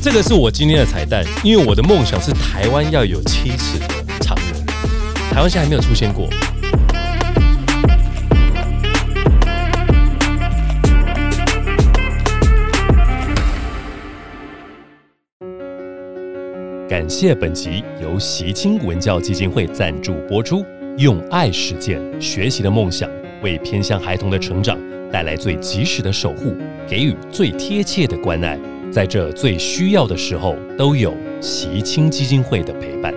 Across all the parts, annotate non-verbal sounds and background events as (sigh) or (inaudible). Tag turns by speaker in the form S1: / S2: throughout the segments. S1: 这个是我今天的彩蛋，因为我的梦想是台湾要有七尺的长龙，台湾现在还没有出现过。感谢本集由习清文教基金会赞助播出，用爱实践学习的梦想，为偏向孩童的成长带来最及时的守护，给予最贴切的关爱，在这最需要的时候，都有习清基金会的陪伴。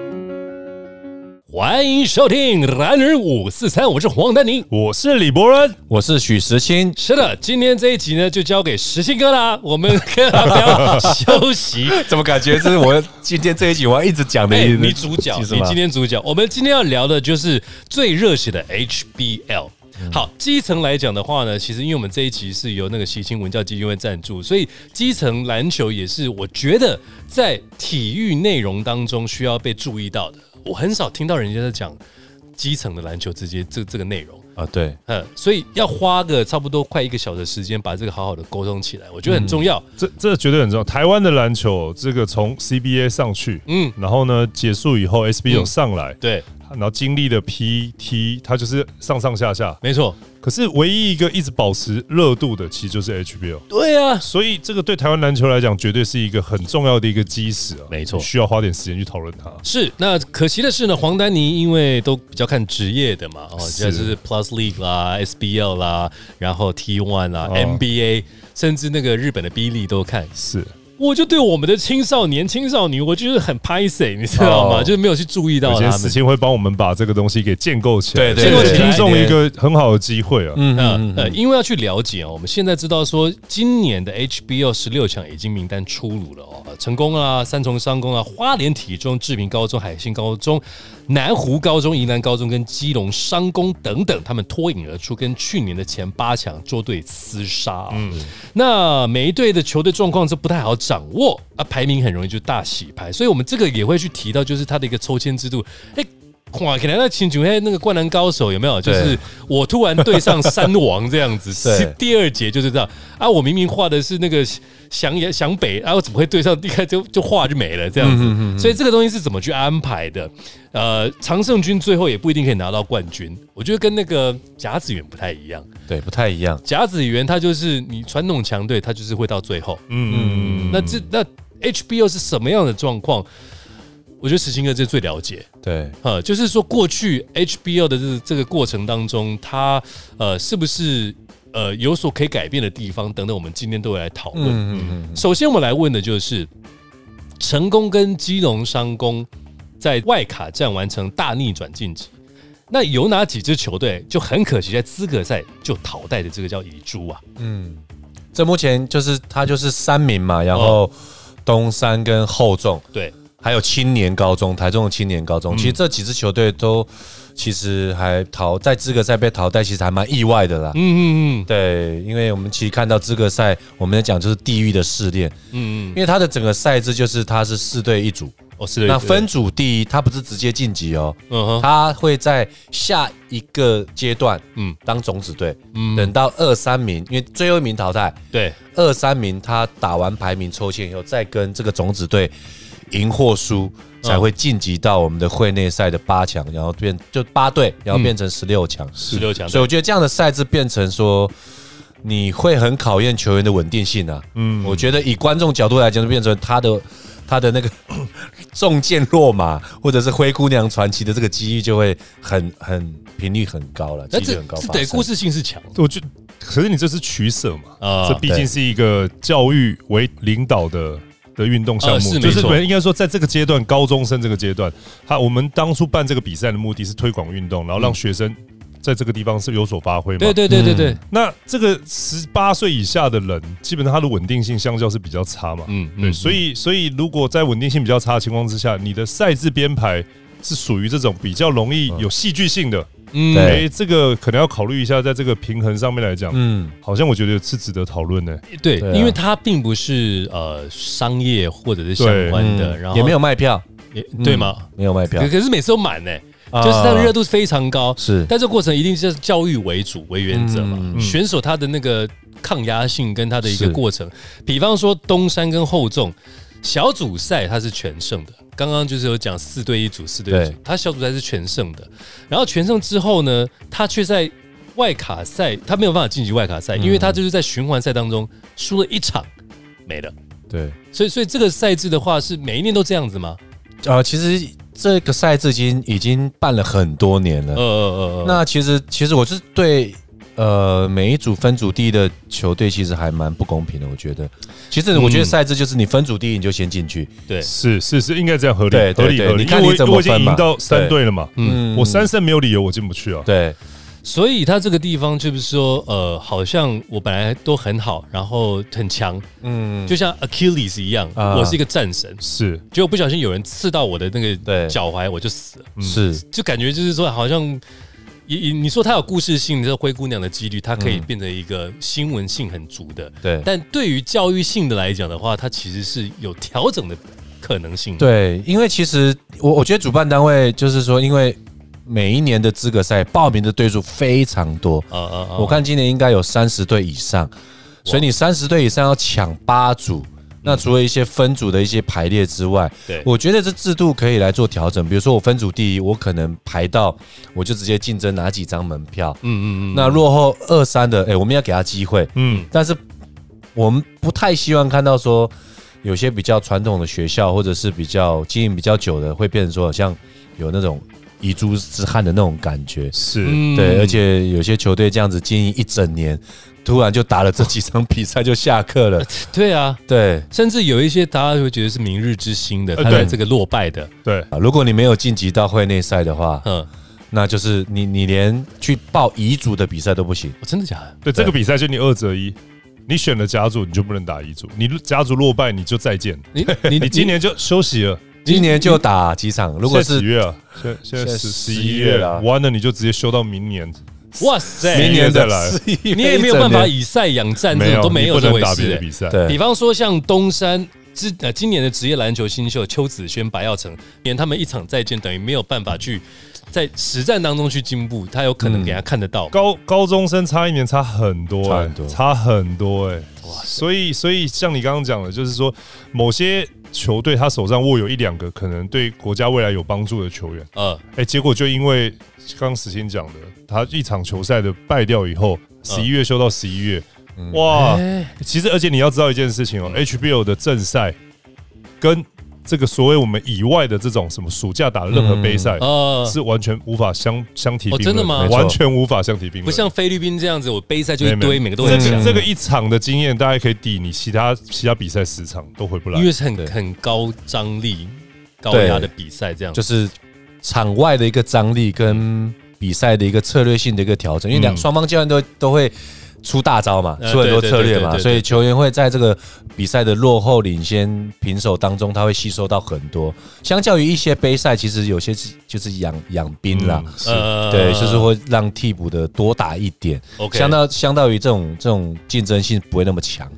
S1: 欢迎收听《男人五四三》，我是黄丹妮，
S2: 我是李博仁，
S3: 我是许时清，
S1: 是的，今天这一集呢，就交给石信哥啦。我们跟他不要休息。
S3: 怎么感觉这是我今天这一集我要一直讲
S1: (laughs)
S3: 的
S1: 哎、
S3: 意思？
S1: 你主角，
S3: 是
S1: 你
S3: 吗
S1: 今天主角。我们今天要聊的就是最热血的 HBL。好，基层来讲的话呢，其实因为我们这一期是由那个习清文教基金会赞助，所以基层篮球也是我觉得在体育内容当中需要被注意到的。我很少听到人家在讲基层的篮球这些这这个内容。
S3: 啊，对，
S1: 嗯，所以要花个差不多快一个小时的时间把这个好好的沟通起来，我觉得很重要。
S2: 这这绝对很重要。台湾的篮球这个从 CBA 上去，
S1: 嗯
S2: 嗯，然后呢结束以后 SBL
S1: 嗯
S2: 上来，
S1: 对，
S2: 然后经历了 PT，它就是上上下下。
S1: 没错，
S2: 可是唯一一个一直保持热度的，其实就是 HBL。
S1: 对啊，
S2: 所以这个对台湾篮球来讲，绝对是一个很重要的一个基石啊，
S1: 没错
S2: 需要花点时间去讨论它。
S1: 是。那可惜的是呢，黄丹妮因为都比较看职业的嘛，哦，就是 Plus League 啦、SBL 啦，然后 T One 啦、
S2: 哦
S1: NBA，甚至那个日本的 B League 都看。
S2: 是，
S1: 我就对我们的青少年、青少女，我就是很拍谁，你知道吗？
S3: 哦
S1: 就是没有去注意到
S2: 有
S1: 他
S2: 些
S1: 们
S2: 事。情会帮我们把这个东西给建构起来，
S3: 对对
S2: 建构
S1: 对
S2: 给
S1: 对
S2: 听众一个很好的机会啊。
S3: 嗯
S1: 呃呃，因为要去了解哦，我们现在知道说，今年的 HBO 十六强已经名单出炉了哦，呃成功啊、三重商工啊、花莲体中、志平高中、海信高中、南湖高中、宜兰高中跟基隆商工等等，他们脱颖而出，跟去年的前八强作对厮杀、啊。嗯，那每一队的球队状况是不太好掌握啊，排名很容易就大洗牌，所以我们这个也会去提到，就是它的一个抽签制度，哎、哇，可能那请九黑那个灌篮高手有没有？就是我突然对上三王这
S2: (laughs)
S1: 样子，
S3: 对
S1: 是第二节就是这样啊。我明明画的是那个翔阳翔北，啊，我怎么会对上？一看就就画就没了这
S2: 嗯
S1: 样子。所以这个东西是怎么去安排的？呃，常胜军最后也不一定可以拿到冠军，我觉得跟那个甲子园不太一样。
S3: 对，不太一样。
S1: 甲子园它就是你传统强队，它就是会到最后。
S2: 嗯，
S1: 那这那 HBO 是什么样的状况？我觉得石青哥这最了解。
S3: 对，
S1: 呃，就是说过去 HBO 的这这个过程当中，它呃是不是呃有所可以改变的地方等等，我们今天都会来讨论。
S3: 嗯嗯
S1: 首先，我们来问的就是成功跟基隆商工在外卡站完成大逆转晋级。那有哪几支球队就很可惜在资格赛就淘汰的这个叫遗珠啊？
S3: 嗯，这目前就是他就是三名嘛，
S1: 哦
S3: 然后东山跟厚重，
S1: 对，
S3: 还有青年高中，台中的青年高
S1: 嗯
S3: 中，其实这几支球队都其实还淘在资格赛被淘汰，其实还蛮意外的啦。
S1: 嗯嗯
S3: 对，因为我们其实看到资格赛，我们在讲就是地域的试炼，
S1: 嗯嗯
S3: 因为它的整个赛制就是它是四队一组，
S1: 嗯，哦是的，
S3: 那
S1: 对
S3: 分组第一，它不是直接晋级哦，
S1: 嗯哼
S3: 它会在下一个阶段，
S1: 嗯
S3: 嗯，当种子队，
S1: 嗯
S3: 等到二三名，因为最后一名淘汰，
S1: 对
S3: 二三名他打完排名抽签以后，再跟这个种子队赢或输，才会晋级到我们的会内赛的八强，然后变就八队，然后变成十六强，
S1: 十六强，
S3: 所以我觉得这样的赛制变成说，你会很考验球员的稳定性啊。嗯，我觉得以观众角度来讲，就变成他的他的那个 (laughs) 重剑落马，或者是灰姑娘传奇的这个机遇就会很很频率很高了，几
S1: 那
S3: 率
S1: 这
S3: 很高
S1: 这
S3: 发
S1: 得
S3: 生。
S1: 故事性是强
S2: 我觉得，可是你这是取舍嘛，
S1: 啊
S2: 这毕竟
S3: 对
S2: 是一个教育为领导的的运动项
S1: 呃
S2: 目，
S1: 是
S2: 就
S1: 没
S2: 是
S1: 错
S2: 本应该说，在这个阶段，高中生这个阶段，他我们当初办这个比赛的目的是推广运动，然后让学生在这个地方是有所发挥嘛。
S1: 嗯啊对对对对对，
S2: 那这个十八岁以下的人，基本上他的稳定性相较是比较差嘛。
S1: 嗯，
S2: 对，
S1: 嗯
S2: 所以所以如果在稳定性比较差的情况之下，你的赛制编排是属于这种比较容易有戏剧性的，
S1: 嗯
S3: 对
S2: 哎、这个可能要考虑一下，在这个平衡上面来讲，
S3: 嗯，
S2: 好像我觉得是值得讨论呢。
S1: 对，
S3: 对啊
S1: 因为它并不是呃商业或者是相关的，
S3: 嗯
S1: 然后
S3: 也没有卖票，
S1: 也
S3: 嗯
S1: 对吗？？
S3: 没有卖票
S1: 可，可是每次都满呢、
S3: 啊
S1: 就是它的热度是非常高，
S3: 是
S1: 但这过程一定是教育为主为原则嘛，
S3: 嗯
S2: 嗯
S1: 选手他的那个抗压性跟他的一个
S3: 是
S1: 过程，比方说东山跟厚重。小组赛它是全胜的，刚刚就是有讲四对一组、四对一组
S3: 对，
S1: 它小组赛是全胜的。然后全胜之后呢，它却在外卡赛，它没有办法晋级外卡
S3: 嗯
S1: 赛，因为它就是在循环赛当中输了一场，没了。
S3: 对，
S1: 所以，所以这个赛制的话，是每一年都这样子吗？
S3: 呃，其实这个赛制已经已经办了很多年了
S1: 呃。呃呃，
S3: 那其实其实我是对呃每一组分组第一的球队其实还蛮不公平的，我觉得。其实我觉得赛制就是你分组第一你就先进去，
S1: 对，
S2: 是是是，应该这样合理
S3: 对
S2: 合
S3: 对
S2: 理
S3: 对
S2: 合理。
S3: 你看
S2: 因为
S3: 你怎
S2: 我
S3: 么
S2: 我已经
S3: 分嘛
S2: 赢到三
S3: 对
S2: 队了嘛，
S3: 嗯，
S2: 我三胜没有理由我进不去啊。
S3: 对
S1: 所以他这个地方就是说，呃，好像我本来都很好，然后很强，
S3: 嗯
S1: 就像 Achilles 一样，
S3: 啊
S1: 我是一个战神，
S2: 是
S1: 结果不小心有人刺到我的那个
S3: 对嗯
S1: 脚踝，我就死了，
S3: 是
S1: 就感觉就是说，好像也也你说他有故事性，这灰姑娘的几率，它可以变成一个新闻性很足的，
S3: 嗯对
S1: 但对于教育性的来讲的话，它其实是有调整的可能性。，
S3: 对，因为其实我我觉得主办单位就是说，因为每一年的资格赛报名的队数非常多，
S1: 呃呃呃，
S3: 我看今年应该有三十队以上，所以你三十队以上要抢八组。那除了一些分组的一些排列之外，
S1: 嗯对
S3: 我觉得这制度可以来做调整。比如说我分组第一，我可能排到我就直接竞争哪几张门票。
S1: 嗯嗯嗯，
S3: 那落后二三的，哎、我们要给他机会。
S2: 嗯，
S3: 但是我们不太希望看到说有些比较传统的学校，或者是比较经营比较久的，会变成说好像有那种遗珠之憾的那种感觉。
S2: 是
S1: 嗯
S3: 对，而且有些球队这样子经营一整年，突然就打了这几场比赛就下
S1: (laughs)
S3: 课了。
S1: 对啊，
S3: 对
S1: 甚至有一些大家会觉得是明日之星的，
S2: 呃
S1: 他在
S2: 对
S1: 这个落败的，
S2: 对，
S3: 啊，如果你没有晋级到会内赛的话，
S1: 嗯，
S3: 那就是你你连去报乙组的比赛都不
S2: 哦
S3: 行。
S1: 真的假的？
S2: 对，这个比赛就你二择一，你选了甲组你就不能打乙组，你甲组落败你就再见， (laughs)
S1: 你你
S2: 你今年就休息了。
S3: 今年就打几场，如
S2: 如
S3: 果
S2: 几
S3: 是
S2: 月啊？现现在
S3: 现在
S2: 十十
S3: 11
S2: 一
S3: 月
S2: 月
S3: 了啊
S2: 完了你就直接休到明年，
S1: 哇塞，
S2: 明年再来，
S1: 你
S3: 你
S1: 也没有办法以赛养战，这种都没有
S2: 你不
S1: 这
S2: 能
S1: 回
S2: 打别
S1: 事、
S2: 的
S1: 欸
S2: 比赛。
S1: 比
S3: 对
S1: 方说像东山。之呃，今年的职业篮球新秀邱子轩、白耀成，连他们一场再见，等于没有办法去在实战当中去进步，他有可能给他看得到。
S2: 嗯高高中生差一年差很多、
S3: 差
S2: 欸，
S3: 很多
S2: 差很多、欸，所以，所以像你刚刚讲的，就是说某些球队他手上握有一两个可能对国家未来有帮助的球员，
S1: 呃，
S2: 哎、结果就因为刚刚史先讲的，他一场球赛的败掉以后，
S1: 嗯
S2: 十一月休到十一月，哇！
S1: 哎
S2: 其实，而且你要知道一件事情
S1: 嗯
S2: 哦、h b o 的正赛跟这个所谓我们以外的这种什么暑假打的任何杯赛。
S1: 呃，
S2: 是完全无法相相提并
S1: 哦
S2: 论、
S1: 真的吗
S3: 没错
S2: 完全无法相提并论，
S1: 不像菲律宾这样子，我杯赛就一
S2: 没
S1: 堆，
S2: 有
S1: 每个都很
S2: 这
S1: 强
S2: 个，这个一场的经验，大概可以抵你其他其他比赛十场都回不来
S1: 因。为是很
S3: 对
S1: 很高张力、高
S3: 对
S1: 压的比赛，这样
S3: 就是是场外的一个张力跟比赛的一个策略性的一个调整，因为两
S2: 嗯
S3: 双方教练都都会出大招嘛，
S1: 呃
S3: 出很多
S1: 对对
S3: 策略
S1: 对对对
S3: 嘛，
S1: 对
S3: 所以球员会在这个比赛的落后、领先、平手当中，他会吸收到很多。相较于一些杯赛，其实有些是就是养养兵啦。
S2: 嗯是
S1: 呃
S3: 对，就是会让替补的多打一点
S1: OK
S3: 相当相当于这种这种竞争性不会那么强。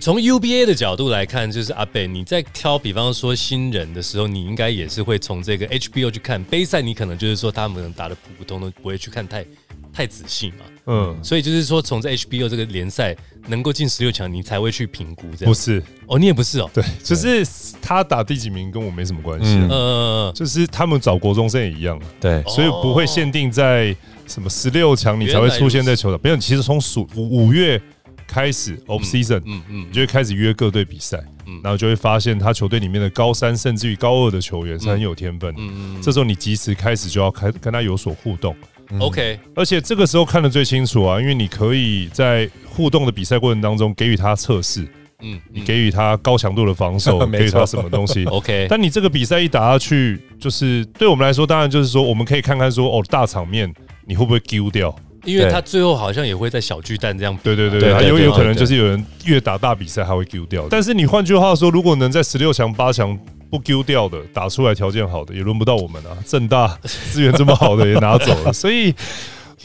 S1: 从 UBA 的角度来看，就是阿贝，你在挑比方说新人的时候，你应该也是会从这个 HBO 去看杯赛，你可能就是说他们可能打的普普通通，不会去看太太仔细嘛。
S2: 嗯，
S1: 所以就是说，从这 HBO 这个联赛能够进十六强，你才会去评估这
S2: 不
S1: 样。
S2: 是，
S1: 哦，你也不是哦。
S2: 对，就是他打第几名跟我没什么关系，啊
S3: 嗯
S1: 呃，
S2: 就是他们找国中生也一样，
S3: 对，
S1: 哦
S2: 所以不会限定在什么十六强你才会出现在球场。没有，其实从暑五五月开始 off season，
S1: 嗯嗯
S2: 你就会开始约各队比赛，然后就会发现他球队里面的高三甚至于高二的球员是很有天分的。这时候你及时开始就要开跟他有所互动。
S3: 嗯
S1: ，OK，
S2: 而且这个时候看得最清楚啊，因为你可以在互动的比赛过程当中给予他测试，
S1: 嗯
S2: 你给予他高强度的防守，
S3: (laughs) 没错
S2: 给予他什么东西。
S1: ，OK，
S2: 但你这个比赛一打下去，就是对我们来说，当然就是说，我们可以看看说，哦，大场面你会不会丢掉？
S1: 因为
S3: 对
S1: 他最后好像也会在小巨蛋这样比嘛。
S2: 对对对
S3: 对
S2: 对，
S3: 对
S2: 有
S3: 对
S2: 有可能
S3: 对
S2: 就是有人越打大比赛还会丢掉。但是你换句话说，如果能在十六强、八强不丢掉的，打出来条件好的，也轮不到我们啊。正大资源这么好的也拿走了，所以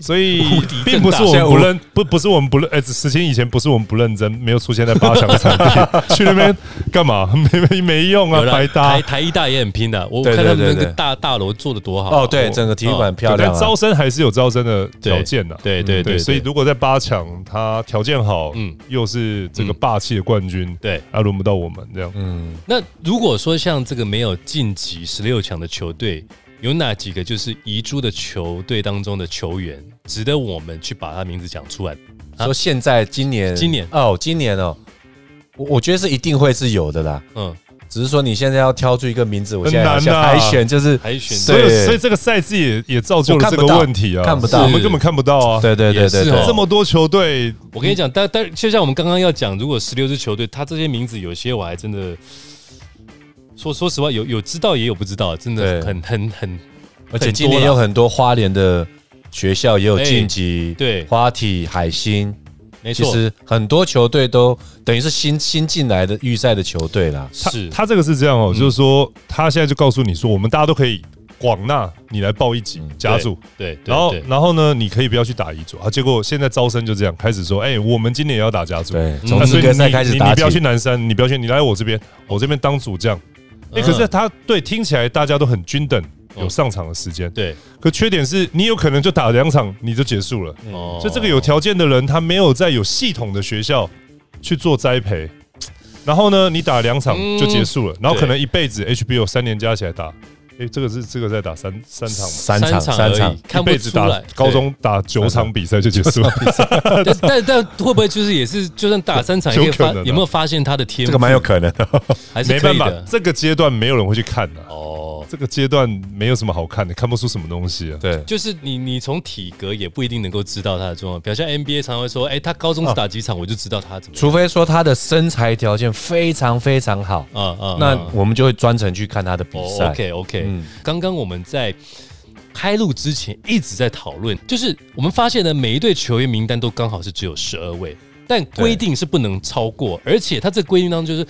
S2: 所以
S1: 无敌
S2: 并不是我
S3: 现在
S2: 们
S3: 我
S2: 不认不不是我们不认，呃，史前以前不是我们不认真，没有出现在八强场地，去那边干嘛？没没没用啊
S1: 有，啦
S2: 白搭
S1: 台。台一大也很拼的，我
S3: 对
S1: 看
S3: 对
S1: 他们那
S3: 对
S1: 个
S3: 对
S1: 大大楼做的多好啊
S3: 哦，对，
S1: 我
S3: 整个体育馆很嗯漂
S2: 对
S3: 亮
S2: 但
S3: 啊
S2: 招。生还是有招生的条件的，
S1: 对对对对
S2: 对，所以如果在八强他条件好，
S1: 嗯
S2: 嗯，又是这个霸气的冠军，
S1: 对。
S2: 那轮不到我们这样。
S3: 嗯，
S1: 那如果说像这个没有晋级十六强的球队，有哪几个就是遗珠的球队当中的球员，值得我们去把他名字讲出来？啊
S3: 说现在今年
S1: 今年
S3: 哦，今年哦，我我觉得是一定会是有的啦。
S1: 嗯，
S3: 只是说你现在要挑出一个名字，我现在
S2: 很
S3: 要
S2: 难
S3: 想
S2: 啊
S3: 海选就是
S1: 海选
S2: 所以
S3: 对
S2: 所以这个赛制也也造就
S3: 我
S2: 了
S3: 看
S2: 这
S3: 不
S2: 个
S3: 到
S2: 问题啊，
S3: 看不到
S2: 我们根本看不到啊。
S3: 对
S1: 也
S3: 对对
S1: 是
S3: 对
S1: 哦
S3: 对，
S2: 这么多球队，
S1: 我跟你讲，但但就像我们刚刚要讲，如果十六支球队，他这些名字有些我还真的说说实话，有有知道也有不知道，真的
S3: 对
S1: 很很很
S3: 而且今年有很多花莲的学校也有晋级，
S1: 对
S3: 花体、海星，
S1: 没
S3: 其
S1: 错，
S3: 实很多球队都等于是新新进来的预赛的球队啦。
S2: 他
S1: 是
S2: 他这个是这样
S3: 嗯
S2: 哦，就是说他现在就告诉你说，我们大家都可以广纳你来报一级
S3: 嗯
S2: 甲组，
S1: 对，对
S2: 然后
S1: 对
S2: 然后呢，你可以不要去打乙组啊。结果现在招生就这样开始说，哎，我们今年也要打甲组，
S3: 对，
S1: 嗯
S3: 从
S2: 那啊
S3: 资
S2: 所以
S3: 格
S2: 你
S3: 赛开始
S2: 你
S3: 打
S2: 你不要去
S3: 起。
S2: 南山，你不要去，你来我这边，我这边当主将。哎，
S1: 嗯
S2: 可是他对听起来大家都很均等，有
S1: 嗯
S2: 上场的时间。
S1: 对
S2: 可缺点是你有可能就打两场你嗯就结束了，
S1: 哦
S2: 所以这个有条件的人他没有在有系统的学校去做栽培。然后呢，你打两场就结束
S3: 嗯
S2: 了，然后可能一辈子 HBO 三年加起来打，哎，这个是这个在打三三场吗？
S3: 三场
S1: 而
S3: 三
S1: 已
S3: 场，
S1: 看
S2: 一
S1: 不
S2: 辈子
S1: 出
S2: 打
S1: 来，
S2: 高中打九场比赛就结
S3: (laughs)
S2: 束了，
S1: 对
S2: (laughs)
S1: 但但但会不会就是也是，就算打三场也可以发
S2: 有可能，啊
S1: 有没有发现他的天赋？
S3: 这个蛮有可能的。
S1: 还是
S2: 没
S1: 可
S2: 办
S1: 以
S2: 法
S1: 的，
S2: 这个阶段没有人会去看的、
S1: 哦。
S2: 这个阶段没有什么好看的，看不出什么东西啊。
S3: 对，
S1: 就是你，你从体格也不一定能够知道他的状况。比如像 NBA 常常会说，哎、他高中是打几场，我就知道他怎么样。
S3: 除非说他的身材条件非常非常好，
S1: 啊
S2: 哦
S1: 啊
S3: 那
S1: 啊
S3: 我们就会专程去看他的比
S1: 哦
S3: 赛。
S1: OK OK，、
S3: 嗯
S1: 刚刚我们在开录之前一直在讨论，就是我们发现呢，每一队球员名单都刚好是只有十二位，但规定是不能超过，而且它这规定当中就是，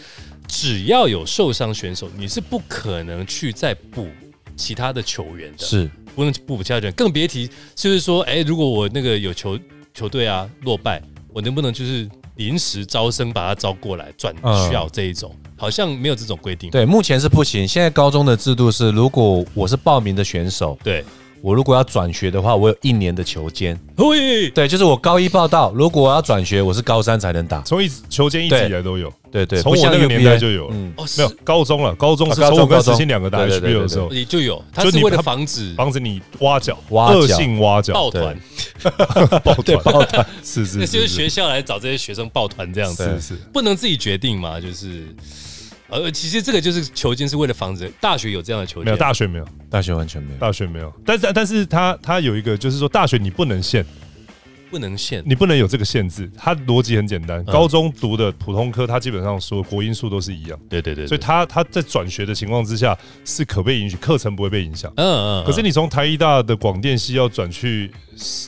S1: 只要有受伤选手，你是不可能去再补其他的球员的，
S3: 是，
S1: 不能补其他球员，更别提就是说，哎、如果我那个有球球队啊落败，我能不能就是临时招生把他招过来转
S3: 嗯
S1: 校这一种？好像没有这种规定，
S3: 对，目前是不行。现在高中的制度是，如果我是报名的选手，
S1: 对，
S3: 我如果要转学的话，我有一年的球监。
S1: 嘿。
S3: 对，就是我高一报到，如果我要转学，我是高三才能打。
S2: 从一直球间一直以来都有，
S3: 对对，
S2: 从
S3: 不
S2: 我
S3: 像
S2: 那个
S3: UBA
S2: 年代就有了。
S3: 嗯
S1: 哦，是
S2: 没有高中了，高中是
S3: 啊高
S2: 从
S3: 中
S2: 我跟
S3: 高中
S2: 石青两个打
S3: 对对对
S2: HBO 的时候，
S1: 也就有，他
S2: 就是你
S1: 为了
S2: 他
S1: 防止
S2: 防止你挖角、
S3: 挖角
S2: 恶性挖角、
S1: 抱团，
S2: 抱团、抱团， (laughs) 是是
S1: 那
S2: 是
S1: 就是
S2: 是
S1: 学校来找这些学生抱团这样子，
S2: 是是
S1: 不能自己决定嘛，就是。呃，其实这个就是球监是为了防止大学有这样的球
S2: 没有
S1: 监，
S2: 大学没有
S1: 嗯
S3: 大学完全没有。
S2: 大学没有，但是但是他他有一个就是说大学你不能限，
S1: 不能限。
S2: 你不能有这个限制，它逻辑很简
S1: 嗯
S2: 单，高中读的普通科，它基本上说国英数都是一样。
S1: 对对对，
S2: 所以他他在转学的情况之下是可被允许，课程不会被影响。
S1: 嗯嗯，嗯
S2: 可是你从台医大的广电系要转去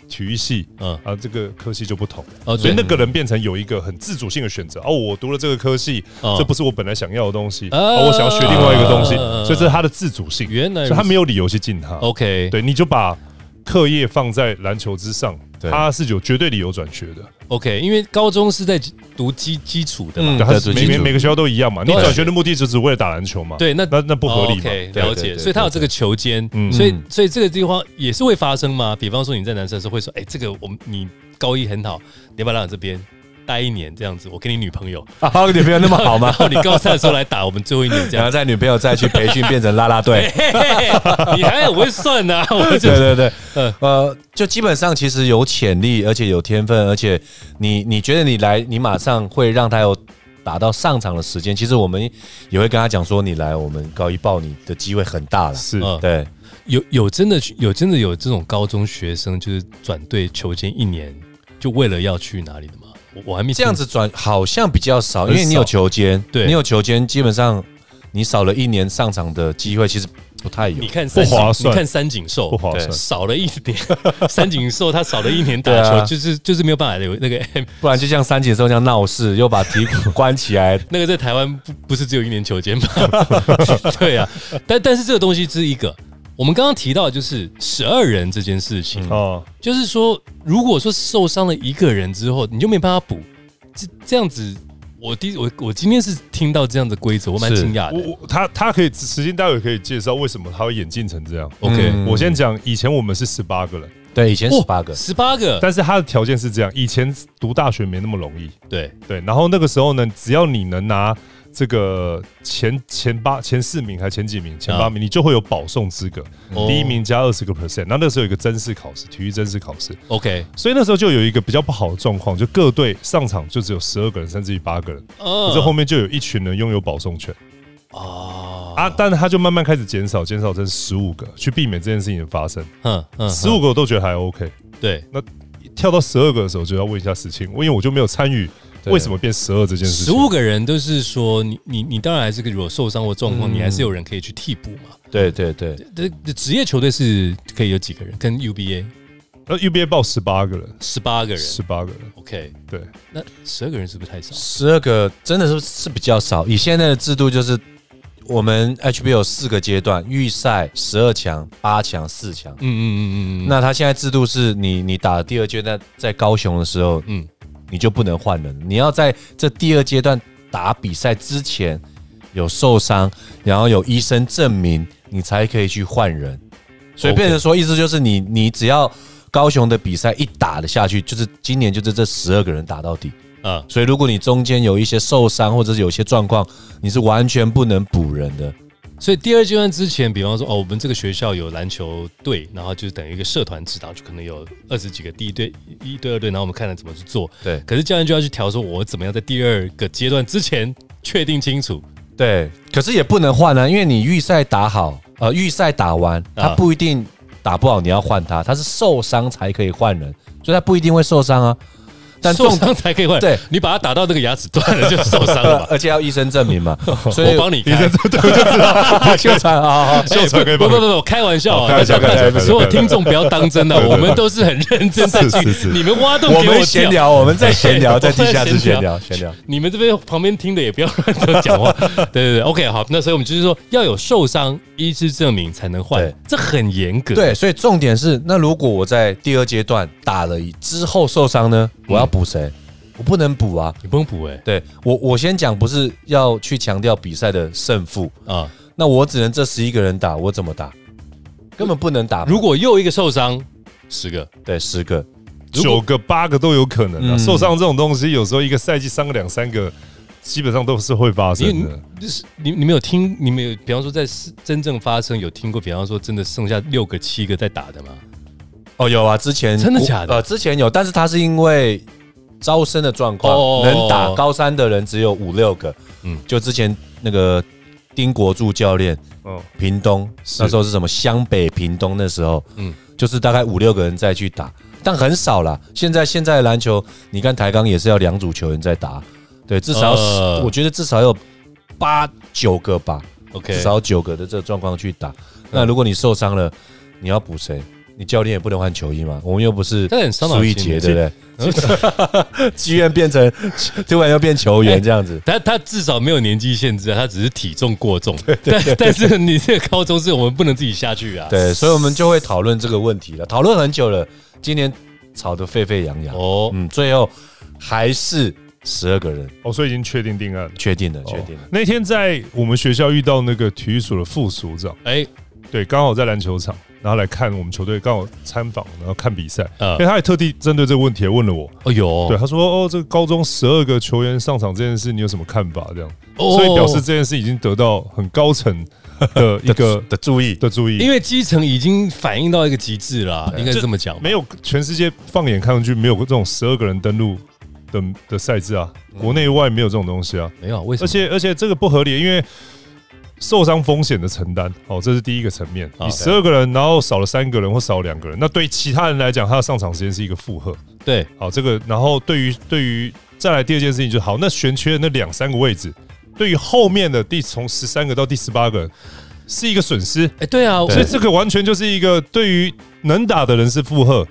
S2: 体育系，
S1: 嗯
S2: 啊，这个科系就不同，
S1: 哦
S2: 所
S1: 对
S2: 以那个人变成有一个很自主性的选择。哦，我读了这个科系，
S1: 嗯
S2: 这不是我本来想要的东西，
S1: 啊
S2: 哦，我想要学另外一个东西，
S1: 啊
S2: 所以这是他的自主性，
S1: 原来如
S2: 所
S1: 此
S2: 以他没有理由去禁他。
S1: OK，
S2: 对，你就把课业放在篮球之上，
S3: 对
S2: 他是有绝对理由转学的。
S1: OK，因为高中是在读基基础的嘛，
S3: 嗯对
S2: 对，他
S3: 对
S2: 是每每
S3: 基础
S2: 每个学校都一样嘛，你
S1: 对
S2: 转学的目的就只是为了打篮球嘛？
S1: 对，那哦
S2: 那那不合理嘛
S1: OK，
S3: 对啊
S1: 了
S3: 对
S1: 解，
S3: 对嗯
S1: 所以他有这个球监，所以所以这个地方也是会发生嘛。比方说你在男生的时候会说，哎，这个我们你高一很好，你要不要来我这边待一年这样子？我跟你女朋友，
S3: 啊，女朋友那么好
S2: (laughs)
S3: 吗
S1: 然？后你高三的时候来打我们最后一年这
S3: 然
S1: 样。
S3: 后。 (laughs) 在女朋友再去培训变成啦啦队
S1: 嘿嘿你还很会算呐、 (laughs) 我就
S3: 对对对
S1: 嗯，
S3: 呃，就基本上其实有潜力，而且有天分，而且你你觉得你来，你马上会让他有打到上场的时间。其实我们也会跟他讲说，你来，我们高一报你的机会很大了。
S2: 是
S1: 嗯
S3: 对，
S1: 有有真的有真的有这种高中学生就是转队求签一年，就为了要去哪里的吗？我我还没
S3: 这样子转好像比较少，
S2: 很
S3: 因
S2: 少
S3: 为你有球监，
S1: 对
S3: 你有球监，基本上你少了一年上场的机会，其实不太有
S1: 听。你看三
S2: 不划
S1: 井，
S2: 算
S1: 你看三井寿
S2: 不划
S3: 对
S2: 算。
S1: 少了一点， (laughs) 三井寿他少了一年打球，
S3: 对啊
S1: 就是就是没有办法有那个 (laughs)
S3: 不然就像三井寿这样闹事，又把体育关起来。
S1: 那个在
S2: (laughs)
S1: 台湾不不是只有一年球监吗？对啊，但但是这个东西是一个。我们刚刚提到的就是十二人这件事情，
S2: 哦，
S1: 就是说，如果说受伤了一个人之后，你就没办法补，这这样子，我第我我今天是听到这样的规则，我蛮
S3: 是
S1: 惊讶的。
S2: 我我他他可以时间待会可以介绍为什么他会演进成这样。
S1: OK，哦
S3: 嗯
S2: 我先讲，以前我们是十八个人，
S3: 对，以前十八个，
S1: 十八个，
S2: 但是他的条件是这样：以前读大学没那么容易，
S1: 对，
S2: 对。然后那个时候呢，只要你能拿这个前前八、前四名还前几名、前八名，你就会有保送资格，
S1: 哦
S2: 第一名加二十个 percent。那那个时候有一个真试考试，体育真试考试，
S1: ，OK，
S2: 所以那时候就有一个比较不好的状况，就各队上场就只有十二个人，甚至于八个人，哦
S1: 嗯
S2: 可是后面就有一群人拥有保送权
S1: 哦，
S2: 啊，但他就慢慢开始减少，减少成十五个，去避免这件事情的发生。
S1: 嗯嗯，
S2: 十五个我都觉得还 OK。
S1: 对，
S2: 跳到十二个的时候，就要问一下事情，因为我就没有参与
S3: 对
S2: 为什么变十二这件事
S1: 十
S2: 情。
S1: 五个人都是说，你你你当然还是个如果受伤或状况，你还是有人可以去替补嘛。
S3: 对对对，
S1: 这这职业球队是可以有几个人？跟 UBA
S2: 那 UBA 报十八个人，
S1: 十八个人
S2: 十八个人，
S1: ，OK，
S2: 对，
S1: 那十二个人是不是太少？
S3: 十二个真的是是比较少。以现在的制度，就是我们 HBL 有四个阶段：预赛、十二强、八强、四强。
S1: 嗯嗯嗯嗯嗯，
S3: 那他现在制度是你你打第二阶段在高雄的时候，
S1: 嗯
S3: 嗯，你就不能换人，你要在这第二阶段打比赛之前有受伤，然后有医生证明，你才可以去换人。所以
S1: OK
S3: 变成说，意思就是你你只要高雄的比赛一打了下去，就是今年就是这十二个人打到底。
S1: 啊
S3: 所以如果你中间有一些受伤或者是有一些状况，你是完全不能补人的。
S1: 所以第二阶段之前，比方说哦，我们这个学校有篮球队，然后就是等于一个社团制，然后就可能有二十几个第一队、一队、二队，然后我们看了怎么去做。
S3: 对
S1: 可是教练就要去调说，我怎么样在第二个阶段之前确定清楚。
S3: 对，可是也不能换啊，因为你预赛打好，呃，预赛打完，他
S1: 啊
S3: 不一定打不好，你要换他，他是受伤才可以换人，所以他不一定会受伤啊。但
S1: 受
S3: 重
S1: 伤才可以换，
S3: 对
S1: 你把他打到那个牙齿断了就受伤
S3: 呃
S1: 了吧？
S3: 而且要医生证
S1: (laughs)
S3: 明嘛， (laughs) 所以
S1: 我
S3: (laughs)
S1: 帮你 (laughs) 开，
S3: 你秀才
S1: (laughs)
S3: 啊，
S1: 哎
S2: 秀才可以
S1: 不
S2: 帮
S1: 不
S2: 你
S1: 不不，我开玩笑啊，
S2: 哦开玩笑
S1: 大家
S2: 开玩笑
S1: 所有听众不要当真的，我们都是很认真在
S2: 是是
S1: 听
S2: 是
S1: 你们挖洞
S3: 我
S1: 给我
S3: 们闲
S1: 跳。
S3: 聊，我们在闲聊，
S1: 对
S3: 在地下
S1: (laughs) 我
S3: 室
S1: 们在闲
S3: 闲
S1: 聊
S3: 聊，闲聊。
S1: 你们这边旁边听的也不要乱说讲话。 (laughs) 对对对，OK，好，那所以我们就是说要有受伤医师证明才能换
S3: 对，
S1: 这很严格。
S3: 对，所以重点是，那如果我在第二阶段打了之后受伤呢，
S1: 嗯
S3: 我要补谁？我不能补啊。
S1: 你不用补哎、
S3: 对我，我先讲，不是要去强调比赛的胜负，
S1: 啊！
S3: 那我只能这十一个人打，我怎么打？根本不能打嘛。
S1: 如果又一个受伤，十个
S3: 对十个，如果
S2: 九个八个都有可能啊。
S3: 嗯
S2: 受伤这种东西，有时候一个赛季伤个两三个，基本上都是会发
S1: 你
S2: 生的。
S1: 你你你们有听？你们有比方说在是真正发生有听过？比方说真的剩下六个七个在打的吗？
S3: 哦，有啊，之前
S1: 真的假的
S3: 呃，之前有，但是他是因为招生的状况，
S1: 哦
S3: 能打高三的人只有五六个。
S1: 嗯
S3: 嗯，就之前那个丁国柱教练，
S2: 嗯，
S3: 屏东那时候是什么湘北屏东那时候，
S1: 嗯
S3: 嗯，就是大概五六个人再去打，但很少啦。现在现在的篮球，你看台钢也是要两组球员在打，对，至少、
S1: 呃
S3: 我觉得至少有八九个吧。
S1: OK，嗯
S3: 至少九个的这个状况去打。那如果你受伤了，你要补谁？你教练也不能换球衣嘛？我们又不是
S1: 但很伤脑
S3: 苏一
S1: 筋
S3: 杰，
S1: 耶
S3: 对不对？ (laughs) 居然变成突然又变
S1: (laughs)
S3: 球
S1: 哎
S3: 员这样子，
S1: 他他至少没有年纪限制啊，他只是体重过重。但但是你这个高中是我们不能自己下去啊。
S3: 对，所以我们就会讨论这个问题了，讨论很久了，今年吵得沸沸扬扬。
S1: 哦，
S3: 嗯，最后还是十二个人
S2: 哦，所以已经确定定案了。
S3: 确定了，
S2: 哦
S3: 确定了。
S2: 那天在我们学校遇到那个体育署的副署长，
S1: 哎、
S2: 对，刚好在篮球场，然后来看我们球队，刚好参访，然后看比赛。
S1: 嗯
S2: 因为他也特地针对这个问题也问了我，
S1: 哦有，
S3: 啊
S2: 对，他说：“哦，这个高中十二个球员上场这件事，你有什么看法？”这样，
S1: 哦
S2: 所以表示这件事已经得到很高层的 (laughs) 一个
S3: 的注意，
S2: 的注意，
S1: 因为基层已经反映到一个极致了啊，应该是这么讲吧。
S2: 没有全世界放眼看上去没有这种十二个人登陆的的赛制啊，
S1: 嗯
S2: 国内外没有这种东西啊，
S1: 没有，为什
S2: 而
S1: 么？
S2: 且而且这个不合理，因为。受伤风险的承担，哦，这是第一个层面。
S1: 好
S2: 你十二个人，然后少了三个人或少了两个人，那对其他人来讲，他的上场时间是一个负荷。
S1: 对，
S2: 好，这个，然后对于对于再来第二件事情就好，那悬缺的那两三个位置，对于后面的第从十三个到第十八个是一个损失，
S1: 哎、对啊，
S2: 所
S1: 所
S2: 以
S1: 以
S2: 这个完全就是一个对于能打的人是负荷，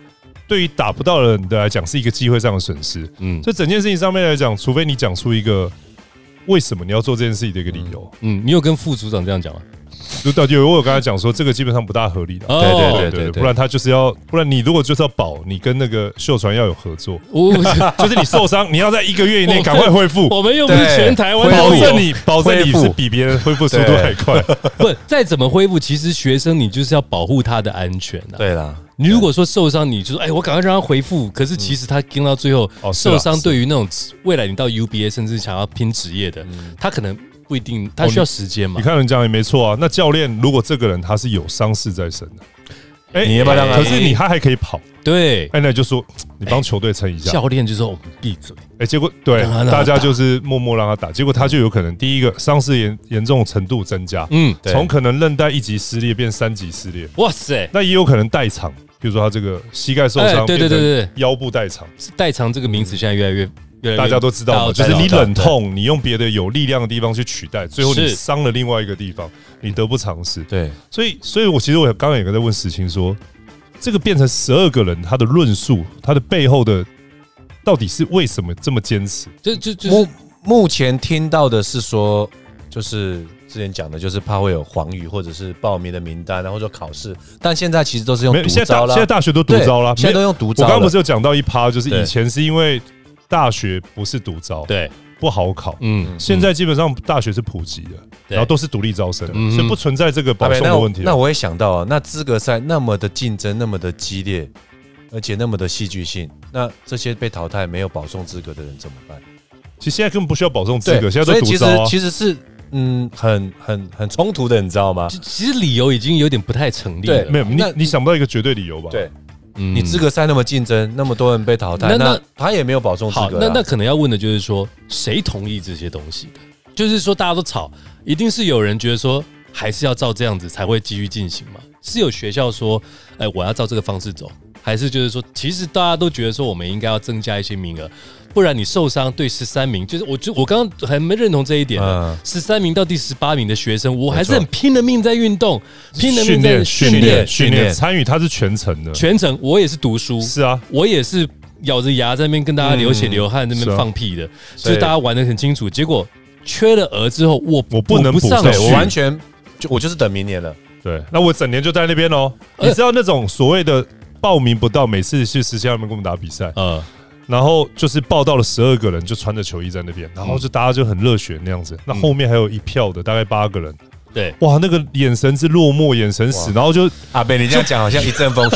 S2: 对于打不到的人的来讲是一个机会上的损失。
S1: 嗯
S2: 所以整件事情上面来讲，除非你讲出一个为什么你要做这件事情的一个理由，
S1: 嗯嗯，你有跟副组长这样讲吗？
S2: 就到底我有跟他讲说，这个基本上不大合理的。
S1: 哦
S3: 对对
S2: 对
S3: 对对
S2: 对对，
S3: 对，
S2: 不然他就是要，不然你如果就是要保，你跟那个秀传要有合作， (laughs)
S1: 我
S3: (laughs)
S2: 就是你受伤，你要在一个月以内赶快恢复，
S1: 我们又不是
S3: 对啊
S1: 全台湾
S3: 恢
S1: 都
S2: 保
S3: 复
S1: 有
S2: 证你保证
S3: 恢
S2: 你
S3: 复
S2: 是比别人恢复速度还快。
S1: (laughs) 不再怎么恢复，其实学生你就是要保护他的安全啊。
S3: 对啦，
S1: 你如果说受伤，你就说哎，我赶快让他恢复。可是其实他跟到最后
S2: 哦是啊
S1: 受伤，对于那种未来你到 UBA 甚至想要拼职业的，他可能不一定，他需要时间嘛
S2: 嗯你。看人讲也没错啊。那教练如果这个人他是有伤势在身的，哎
S3: 你要不要让他
S2: 可是你他还可以跑，
S1: 对，
S2: 哎，那你就说你帮球队撑一下。
S1: 教练就说我们闭嘴。
S2: 哎，结果对
S1: 让他让他
S2: 大家就是默默让他打，结果他就有可能第一个伤势严严重程度增加，
S1: 嗯，
S3: 对
S2: 从可能韧带一级撕裂变三级撕裂，
S1: 哇塞，
S2: 那也有可能代偿，比如说他这个膝盖受
S1: 哎
S2: 伤，
S1: 对对对
S2: 变成
S1: 对对哎
S2: 腰部代偿，
S1: 代偿这个名词现在越来越越来越
S2: 大家都知道嘛，
S1: 大
S2: 就
S1: 家
S2: 是
S1: 都
S2: 你
S1: 知道
S2: 忍痛，你用别的有力量的地方去取代，最后你
S1: 是
S2: 伤了另外一个地方，你得不偿失。
S3: 对，
S2: 所以，所以我其实我刚刚也在问石青说，这个变成十二个人，他的论述，他的背后的到底是为什么这么坚持？
S1: 就就就是
S3: 目目前听到的是说，就是之前讲的，就是怕会有黄鱼或者是报名的名单啊，然后说考试，但现在其实都是用
S2: 没有，
S3: 独
S2: 现在
S3: 招
S2: 大
S3: 啦，
S2: 现在大学都独招啦，
S3: 对现在都
S2: 没有
S3: 用独
S2: 我
S3: 招
S2: 刚
S3: 了。
S2: 刚不是有讲到一趴，就是
S3: 对
S2: 以前是因为大学不是独招，
S1: 对，
S2: 不好考。
S1: 嗯，
S2: 现在基本上大学是普及的，
S1: 对
S2: 然后都是独立招生，
S1: 嗯
S2: 所以不存在这个
S3: 阿
S2: 保
S3: 北
S2: 送
S3: 啊那
S2: 的
S3: 我
S2: 问题。
S3: 那我也想到啊，那资格赛那么的竞争，那么的激烈，而且那么的戏剧性，那这些被淘汰没有保送资格的人怎么办？
S2: 其实现在根本不需要保送资
S3: 对，
S2: 格，现在
S3: 所
S2: 都
S3: 以
S2: 独
S3: 其实
S2: 招啊。
S3: 其实是嗯，很很很冲突的，你知道吗？
S1: 其其实理由已经有点不太成立了。
S3: 对
S2: 没有你
S3: 那，
S2: 你想不到一个绝对理由吧？
S3: 对，
S1: 嗯
S3: 你资格赛那么竞争，那么多人被淘汰，
S1: 那
S3: 那
S1: 那
S3: 他也没有保送资
S1: 好，
S3: 格啊。
S1: 那那可能要问的就是说，谁同意这些东西的？就是说，大家都吵，一定是有人觉得说，还是要照这样子才会继续进行嘛？是有学校说，哎、我要照这个方式走，还是就是说，其实大家都觉得说，我们应该要增加一些名额，不然你受伤对十三名，就是我就我刚刚很没认同这一点
S3: 嗯
S1: 的，十三、名到第十八名的学生，我还是
S3: 没错
S1: 很拼了命在运动，拼了
S2: 训
S1: 命在
S2: 练训
S3: 练
S2: 练
S3: 训
S2: 训
S3: 练
S2: 练参与，它是全程的。
S1: 全程我也是读书，
S2: 是啊，
S1: 我也是咬着牙在那边跟大家流血流汗，在那
S2: 是
S1: 边
S2: 啊
S1: 放屁的，
S3: 所
S1: 就
S3: 以
S1: 是大家玩的很清楚。结果缺了额之后，我
S2: 我不能
S1: 补
S2: 补
S1: 上
S2: 上
S1: 去
S3: 对我
S2: 去
S3: 完全就我就是等明年了。
S2: 对，那我整年就在那边哦。
S1: 呃
S2: 你知道那种所谓的报名不到，每次去实习他们跟我们打比赛，
S1: 呃，
S2: 然后就是报到了十二个人，就穿着球衣在那边，然后就大家就很热血那样子。那后面还有一票的，大概八个人，
S1: 对，
S2: 哇，那个眼神是落寞，眼神死，然后就
S3: 阿啊北，你这样讲好像一 (laughs) 阵风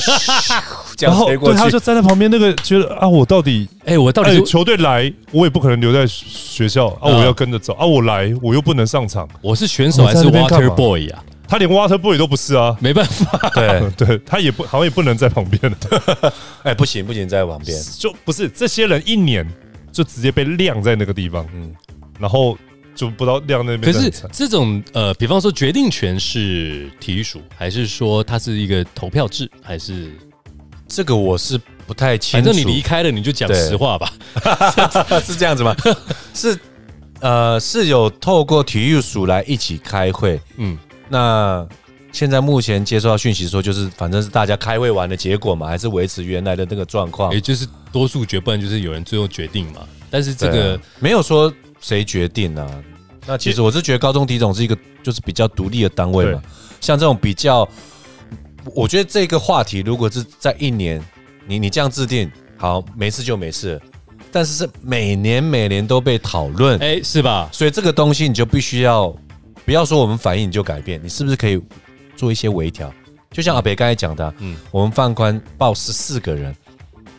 S3: 这样
S2: 然后
S3: 吹过
S2: 对，
S3: 去
S2: 他，就站在旁边，那个觉得啊，我到底。
S1: 哎，我到底
S2: 哎，
S1: 是
S2: 球队来，我也不可能留在学校啊！
S1: 嗯
S2: 我要跟着走啊！我来，我又不能上场，
S1: 我是选手
S2: 我
S1: 还
S2: 在
S1: 是
S2: 那边干
S1: Water
S2: 嘛
S1: Boy 啊？
S2: 他连 water boy 都不是啊！
S1: 没办
S2: (laughs)
S1: 法，
S3: 对，
S2: 对他也不好像也不能在旁边了，
S3: (laughs) 哎，不行不行，在旁边，
S2: 就不是这些人一年就直接被晾在那个地方，
S3: 嗯
S2: 嗯，然后就不知道晾那边
S1: 可
S2: 真的
S1: 是
S2: 很惨。
S1: 这种呃，比方说决定权是体育署，还是说它是一个投票制，还是
S3: 这个我是不太
S1: 反
S3: 清
S1: 正
S3: 楚。
S1: 你离开了你就讲
S3: 对
S1: 实话吧？
S3: (laughs) 是这样
S1: (laughs)
S3: 子吗？是呃，是有透过体育署来一起开会。
S1: 嗯，
S3: 那现在目前接收到讯息说，就是反正是大家开会完的结果嘛，还是维持原来的那个状况
S1: 也。就是多数决，不然就是有人最后决定嘛。但是这
S3: 对啊
S1: 个
S3: 没有说谁决定啊。那其实我是觉得高中体总是一个就是比较独立的单位嘛，像这种比较，我觉得这个话题如果是在一年，你你这样制定好，没事就没事了，但是是每年每年都被讨论，
S1: 哎、是吧？
S3: 所以这个东西你就必须要，不要说我们反应你就改变，你是不是可以做一些微调？就像阿北刚才讲的啊、
S1: 嗯
S3: 我们放宽报十四个人，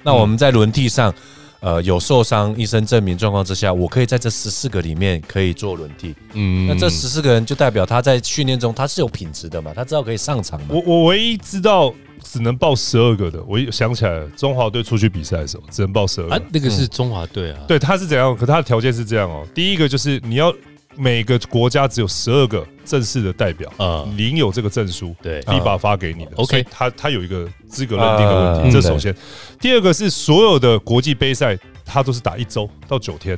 S3: 那我们在轮替上，呃，有受伤医生证明状况之下，我可以在这十四个里面可以做轮替。
S1: 嗯，
S3: 那这十四个人就代表他在训练中他是有品质的嘛，他知道可以上场嘛
S2: 我。我唯一知道只能报十二个的，我一想起来了，中华队出去比赛的时候只能报十二
S1: 啊
S2: 个。，
S1: 那个是中华队啊，
S2: 嗯对，他是怎样？可他的条件是这样哦，第一个就是你要每个国家只有十二个正式的代表，
S1: 啊
S2: 领有这个证书，
S1: 对
S2: 立法发给你的。
S1: OK
S2: 所以他他有一个资格认定的问
S3: 啊
S2: 题，这首先。第二个是所有的国际杯赛，它都是打一周到九天，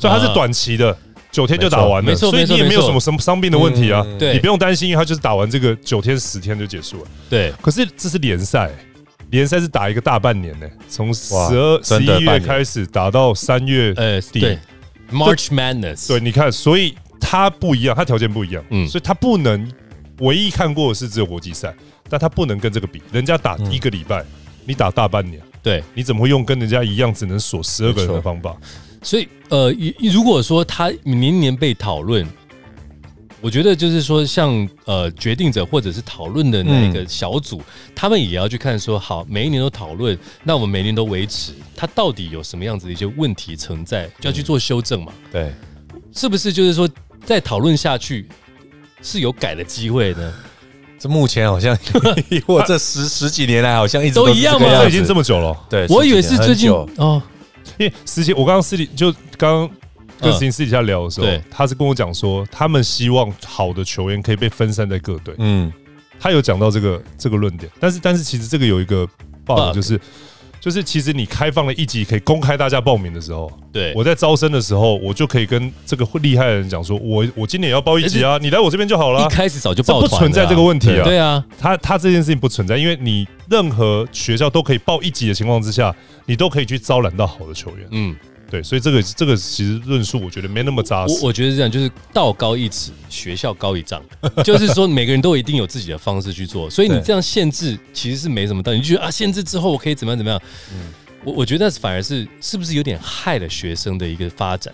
S2: 所以它是
S1: 啊
S2: 短期的。九天就打完了，
S1: 没错
S2: 所以
S1: 没错
S2: 你也没有
S1: 没错
S2: 什么什么伤病的问题啊，
S3: 嗯
S1: 对
S2: 你不用担心，因为它就是打完这个九天十天就结束了。
S1: 对，
S2: 可是这是联赛，联赛是打一个大半年呢、从十
S3: 哇
S2: 二十
S3: 真的
S2: 一
S3: 半
S2: 月
S3: 年
S2: 开始打到三月
S1: 呃，
S2: 底。
S1: 对，March Madness，
S2: 对，你看，所以他不一样，他条件不一样，
S1: 嗯
S2: 所以他不能唯一看过的是只有国际赛，但他不能跟这个比，人家打
S3: 嗯
S2: 一个礼拜，你打大半年，
S1: 对，
S2: 你怎么会用跟人家一样只能锁十二个人
S3: 没
S2: 的
S3: 错
S2: 方法？
S1: 所以呃，一如果说他年年被讨论，我觉得就是说像，呃决定者或者是讨论的
S2: 嗯
S1: 那个小组，他们也要去看说，好，每一年都讨论，那我们每年都维持，它到底有什么样子的一些问题存在，就要去做修正嘛，
S2: 嗯
S3: 对，
S1: 是不是？就是说再讨论下去。是有改的机会呢，
S3: 这目
S1: (laughs)
S3: 前好像以我这十十几年来好像一直
S1: 都
S3: 是
S1: 一样
S3: 这
S1: 吗
S3: 个样
S2: 这
S3: 子
S2: 已经这么久了，
S3: 对，
S1: 我
S3: 十几
S1: 以为
S3: 年
S1: 是
S3: 很
S1: 最近
S3: 久
S1: 哦，
S2: 因为私下我刚刚私底就刚刚跟石琴私底下聊的时候，
S1: 对
S2: 他是跟我讲说，他们希望好的球员可以被分散在各队，
S3: 嗯，
S2: 他有讲到这个这个论点，但是但是其实这个有一个 bug
S1: Bug
S2: 就是。就是其实你开放了一集可以公开大家报名的时候，
S1: 对，
S2: 我在招生的时候，我就可以跟这个厉害的人讲说，我我今年也要报一集啊，你来我这边就好了
S1: 一。开始早就
S2: 这
S1: 抱
S2: 不
S1: 团
S2: 存在
S1: 了啊
S2: 这个问题啊
S1: 对啊，
S2: 他他这件事情不存在，因为你任何学校都可以报一级的情况之下，你都可以去招揽到好的球员。
S1: 嗯，
S2: 对，所以这个这个其实论述我觉得没那么扎
S1: 我
S2: 实。
S1: 我觉得是这样，就是道高一尺，学校高一丈， (laughs) 就是说每个人都一定有自己的方式去做，所以你
S3: 对
S1: 这样限制其实是没什么道理。你就觉得啊，限制之后我可以怎么样怎么样？
S2: 嗯
S1: 我我觉得那是反而是是不是有点害了学生的一个发展？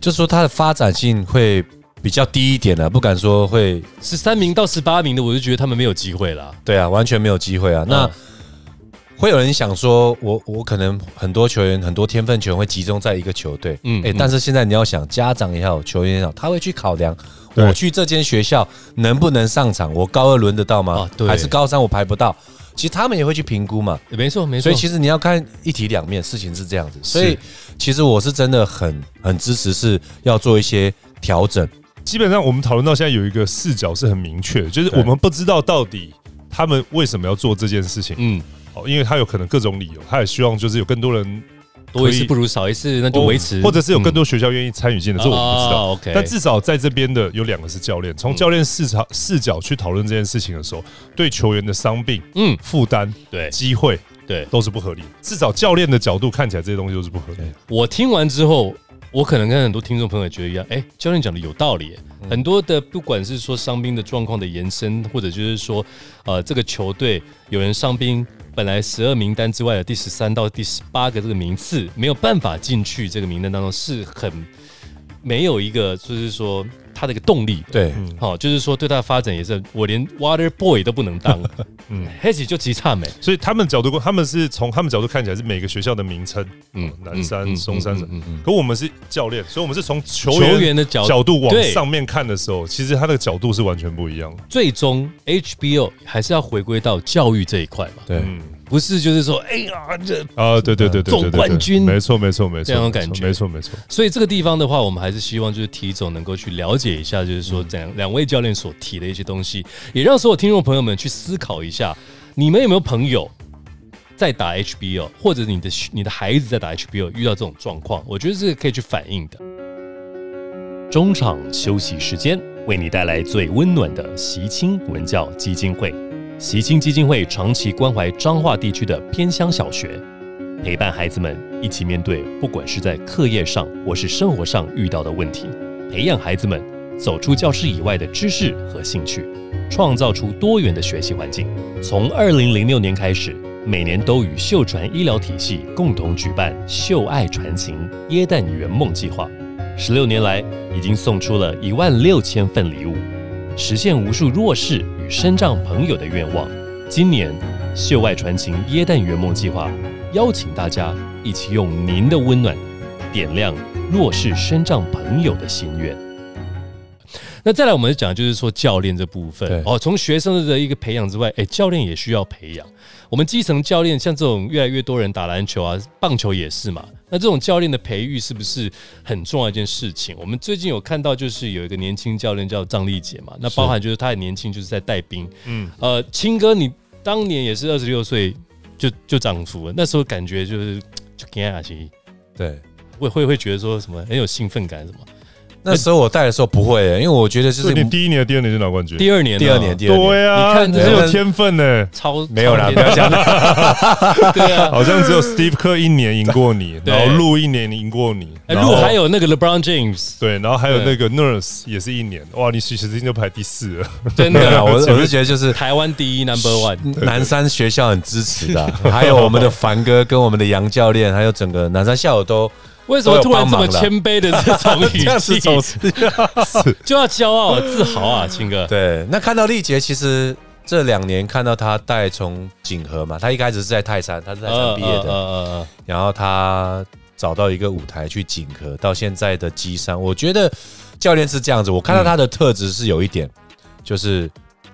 S3: 就是说它的发展性会比较低一点了、不敢说会
S1: 十三名到十八名的，我就觉得他们没有机会啦。
S3: 对啊，完全没有机会啊。那、
S1: 嗯
S3: 会有人想说，我我可能很多球员，很多天分球员会集中在一个球队，
S1: 嗯
S3: 嗯，哎、
S1: 嗯
S3: 但是现在你要想，家长也好，球员也好，他会去考量，
S2: 对
S3: 我去这间学校能不能上场，我高二轮得到吗？
S1: 啊对
S3: 还是高三我排不到？其实他们也会去评估嘛，
S1: 没错没错，
S3: 所以其实你要看一体两面，事情是这样子。所以其实我是真的很很支持，是要做一些调整。
S2: 基本上我们讨论到现在有一个视角是很明确的，就是
S3: 对
S2: 我们不知道到底他们为什么要做这件事情，
S1: 嗯，
S2: 哦，因为他有可能各种理由，他也希望就是有更多人
S1: 多一
S2: 可
S1: 次
S2: 以哦
S1: 不如少一次，那就维持，
S2: 或者是有更
S1: 嗯
S2: 多学校愿意参与进来，这我们不知道。
S1: 哦，OK 嗯
S2: 但至少在这边的有两个是教练，从教练视角视角去讨论这件事情的时候，对球员的伤病、
S1: 嗯，
S2: 负担、
S1: 对
S2: 机会
S1: 对。
S2: 都是不合理。至少教练的角度看起来，这些东西都是不合理。
S1: 我听完之后，我可能跟很多听众朋友也觉得一样，哎、教练讲的有道理耶。很多的不管是说伤兵的状况的延伸，或者就是说，呃，这个球队有人伤兵，本来十二名单之外的第十三到第十八个这个名次没有办法进去这个名单当中，是很没有一个就是说他的一个动力。
S3: 对，
S1: 好、就是说对他的发展也是，我连 Water Boy 都不能当，嗯，黑起就极差美，
S2: 所以他们角度，他们是从他们角度看起来是每个学校的名称，
S1: 嗯
S2: 嗯，南
S1: 嗯嗯
S2: 山、
S1: 嗯
S2: 松山什
S1: 嗯
S2: 么。可我们是教练，所以我们是从球
S1: 球员
S2: 员
S1: 的
S2: 的
S1: 角
S2: 角角度往
S1: 对
S2: 上面看的时候，其实他的角度是完全不一样的。
S1: 最终 HBO 还是要回归到教育这一块吧。
S3: 对，
S2: 嗯
S1: 不是就是说，哎呀，这
S2: 啊，对对对对对，对
S1: 总冠军
S2: 没错没错没错，
S1: 这样的感觉
S2: 没错没错。
S1: 所以这个地方的话，我们还是希望就是提总能够去了解一下，就是说两两位教练所提的一些东西，也让所有听众朋友们去思考一下，你们有没有朋友在打 HBO，或者你的你的孩子在打 HBO 遇到这种状况，我觉得这个可以去反映的。中场休息时间，为你带来最温暖的习青文教基金会。习青基金会长期关怀彰化地区的偏乡小学，陪伴孩子们一起面对不管是在课业上或是生活上遇到的问题，培养孩子们走出教室以外的知识和兴趣，创造出多元的学习环境。从二零零六年开始，每年都与秀传医疗体系共同举办“秀爱传情耶诞圆梦计划”，十六年来已经送出了一万六千份礼物，实现无数弱势与身障朋友的愿望。今年“秀爱传情耶诞圆梦计划”邀请大家一起用您的温暖，点亮弱势身障朋友的心愿。那再来，我们讲就是说教练这部分
S3: 对
S1: 哦，从学生的一个培养之外，哎、教练也需要培养。我们基层教练像这种越来越多人打篮球啊，棒球也是嘛。那这种教练的培育是不是很重要一件事情？我们最近有看到，就是有一个年轻教练叫张丽杰嘛，那包含就是他很年轻，就是在带兵。嗯，呃，青哥，你当年也是二十六岁就就涨幅了，那时候感觉就是就惊讶其
S3: 对，
S1: 会会会觉得说什么很有兴奋感什么。
S3: 那时候我带的时候不会、因为我觉得就
S2: 所
S3: 是
S2: 以你第一年、第二年就拿冠军，
S1: 第二年啊，
S3: 第二年，第二年，啊
S2: 对啊，
S1: 你看
S2: 你
S1: 这
S2: 很
S3: 个
S2: 有天分呢。
S1: 超
S3: 没有啦，
S1: 超
S3: 不要讲，
S1: 对啊。
S2: 好像只有 Steve Kerr 一年赢过你，
S1: (laughs) 对
S2: 然后路一年赢过你，
S1: 哎，
S2: 然
S1: 如
S2: 后
S1: 果还有那个 LeBron James，
S2: 对，然后还有
S1: 对
S2: 那个 Nurse 也是一年，哇，你其实已经排第四了， (laughs)
S1: 真
S3: (laughs) (laughs) 没有啦，
S1: 的，
S3: 我我是觉得就是
S1: 台湾第一 Number One，
S3: 南山学校很支持的啊， (laughs) 还有我们的凡哥跟我们的杨教练，还有整个南山校友都
S1: 为什么突然这么
S3: 都有帮忙啦
S1: 谦卑的这种
S3: (laughs) 这样子走
S1: 语气？
S3: (laughs)
S1: 就要骄傲自豪啊，青哥。
S3: (laughs) 对，那看到力杰，其实这两年看到他带从锦和嘛，他一开始是在泰山，他是泰山毕业的，
S1: 呃，
S3: 然后他找到一个舞台去锦和，到现在的基山，我觉得教练是这样子，我看到他的特质是有一点，就是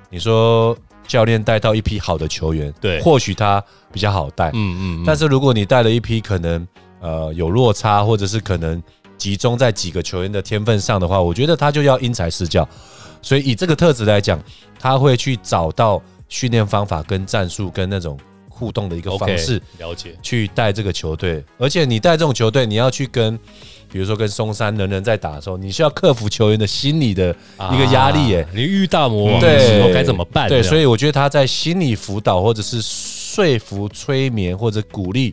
S3: 你说教练带到一批好的球员，
S1: 对
S3: 或许他比较好带，
S1: 嗯嗯，
S3: 但是如果你带了一批可能呃有落差，或者是可能集中在几个球员的天分上的话，我觉得他就要因材施教。所以以这个特质来讲，他会去找到训练方法、跟战术、跟那种互动的一个
S1: OK，
S3: 方式
S1: 了解，
S3: 去带这个球队。而且你带这种球队，你要去跟。比如说跟松山人人在打的时候，你需要克服球员的心理的一个压力耶、
S1: 啊你遇大魔王的时
S3: 对，
S1: 候该怎么办？
S3: 对，所
S1: 以
S3: 以我觉得他在心理辅导，或者是说服、催眠，或者鼓励，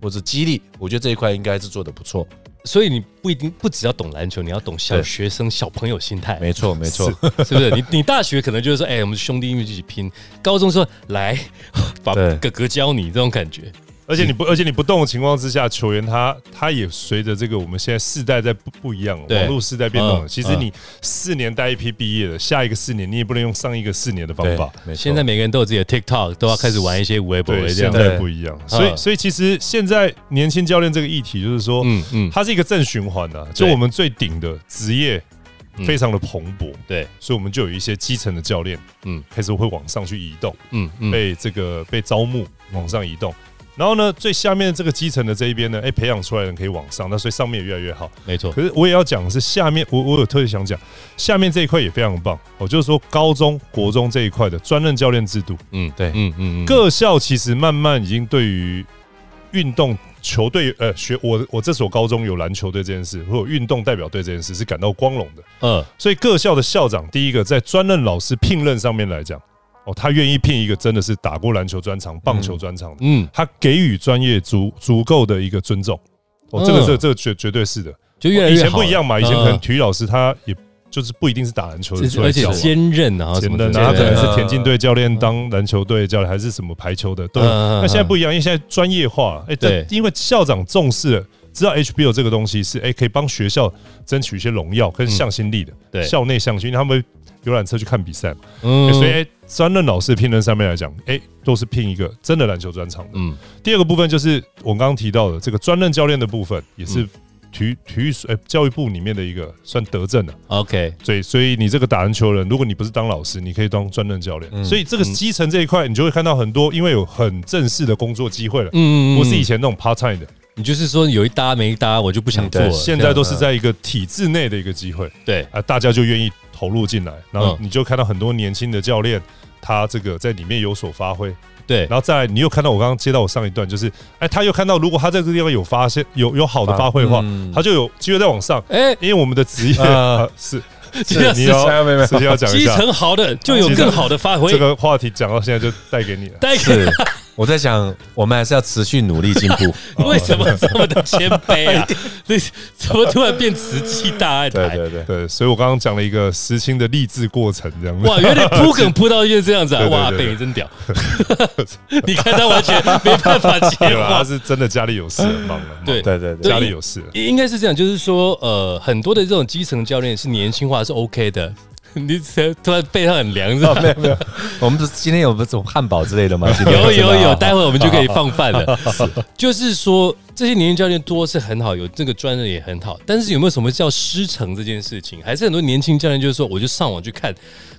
S3: 或者激励，我觉得这一块应该是做的不错。
S1: 所以你不一定不只要懂篮球，你要懂小学生小朋友心态，
S3: 没错，没错，
S1: (laughs) 是不是？你你大学可能就是说，哎，我们兄弟一起拼；高中说来把
S3: 对
S1: 哥哥教你这种感觉，
S2: 而且你
S1: 嗯
S2: 不，而且你不动的情况之下，球员他他也随着这个我们现在世代在不不一样了，
S1: 对
S2: 网络世代变动了。
S1: 嗯
S2: 其实你四年带一批毕业的，下一个四年你也不能用上一个四年的方
S3: 对
S2: 法。，
S3: 没错
S1: 现在每个人都有自己的 TikTok，都要开始玩一些无微博
S2: 对，
S1: 这
S2: 现
S1: 样。
S2: 在不一样，嗯所以所以其实现在年轻教练这个议题，就是说，
S1: 嗯嗯，
S2: 它是一个正循环呐、就我们最顶的职业
S1: 嗯
S2: 非常的蓬勃，
S1: 对，
S2: 所以我们就有一些基层的教练，
S1: 嗯
S2: 嗯，开始会往上去移动，
S1: 嗯嗯，
S2: 被这个被招募往上移动。然后呢，最下面的这个基层的这一边呢，哎，培养出来的人可以往上，那所以上面也越来越好。
S1: 没错
S2: 可，是我也要讲的是，下面我我有特别想讲，下面这一块也非常棒哦，就是说高中国中这一块的专任教练制度，
S1: 嗯
S3: 对
S1: (laughs) 嗯嗯嗯，
S2: 各校其实慢慢已经对于运动球队，呃，学我我这所高中有篮球队这件事，或有运动代表队这件事是感到光荣的。
S1: 呃
S2: 所以各校的校长，第一个在专任老师聘任上面来讲，哦，他愿意聘一个真的是打过篮球专场、棒球专场的，
S1: 嗯，
S2: 他给予专业足足够的一个尊重。哦，这个
S1: 嗯
S2: 这这个绝绝对是的。哦
S1: 就越来
S2: 以
S1: 越
S2: 前
S1: 好
S2: 不
S1: 了
S2: 一样嘛，以前可能
S1: 嗯
S2: 体育老师他也就是不一定是打篮球的
S1: 这是
S2: 出来
S1: 而且
S2: 教嘛，
S1: 坚韧啊，什
S2: 简
S1: 么的，
S2: 单的，他可能
S3: 对
S2: 是田径队教练、当篮球队教练，还是什么排球的都有。
S1: 嗯嗯嗯
S2: 那现在不一样，因为现在专业化了。哎，这
S1: 对
S2: 因为校长重视了，知道 HBO 这个东西是哎可以帮学校争取一些荣耀跟向心力的。
S1: 嗯对
S2: 校内向心，因为他们游览车去看比赛嘛。哎
S1: 嗯
S2: 所以哎，专任老师聘任上面来讲，哎，都是聘一个真的篮球专场的。
S1: 嗯
S2: 第二个部分就是我刚刚提到的这个专任教练的部分，也是
S1: 嗯
S2: 体育体育呃教育部里面的一个算德政啊的。
S1: ，OK，
S2: 所以，所以你这个打篮球人，如果你不是当老师，你可以当专任教练。
S3: 嗯
S2: 所以这个基层这一块，你就会看到很多，因为有很正式的工作机会了，
S1: 嗯
S2: 不是以前那种 part time 的，
S1: 你就是说有一搭没一搭，我就不想做了。
S3: 嗯对
S2: 现在都是在一个体制内的一个机会
S1: 对，
S2: 啊，大家就愿意投入进来，然后
S1: 嗯
S2: 你就看到很多年轻的教练，他这个在里面有所发挥。
S1: 对
S2: 然后再来，你又看到我刚刚接到我上一段，就是哎，他又看到如果他在这个地方有发现有有好的发挥的话
S3: 嗯，
S2: 他就有机会再往上。
S1: 哎，
S2: 因为我们的职业
S3: 啊
S2: 啊是，
S3: (laughs)
S1: 这个
S2: 你
S1: 是
S2: 要
S3: 没有没有
S2: 直接要讲一
S1: 基
S2: 下。
S1: 层好的就有更好的发挥
S2: 这，个话题讲到现在就带给你了。
S1: 但
S3: 是我在想，我们还是要持续努力进步。
S1: (laughs) 为什么这么的谦卑
S2: (laughs)
S1: 啊？这怎么突然变慈济大爱
S3: 对
S1: 台？
S3: 对对，
S2: 对，所以我刚刚讲了一个时青的励志过程，这样子。
S1: 哇，原来铺梗铺到就是这样子啊！
S2: 对对对
S1: 哇，
S2: 对
S1: 北你真屌！ (laughs) 你看他完全没办法接
S2: (laughs) 对啊，
S1: 话
S2: (laughs) 他，是真的家里有事，很忙了。很忙
S1: 对
S3: 对对对，
S2: 家里有事，
S1: 应该是这样，就是说，呃，很多的这种基层教练是年轻化是 OK 的， (laughs) 你突然背上很凉是
S2: 啊
S1: 吧？
S3: (laughs) 没有没有，我们不是今天有不是什么汉堡之类的吗？ (laughs) 今天
S1: 有
S3: 是吧
S1: 有有，待会我们就可以放饭
S3: (laughs)
S1: 了。就是说，这些年轻教练多是很好，有这个专任也很好，但是有没有什么叫师承这件事情？还是很多年轻教练就是说，我就上网去看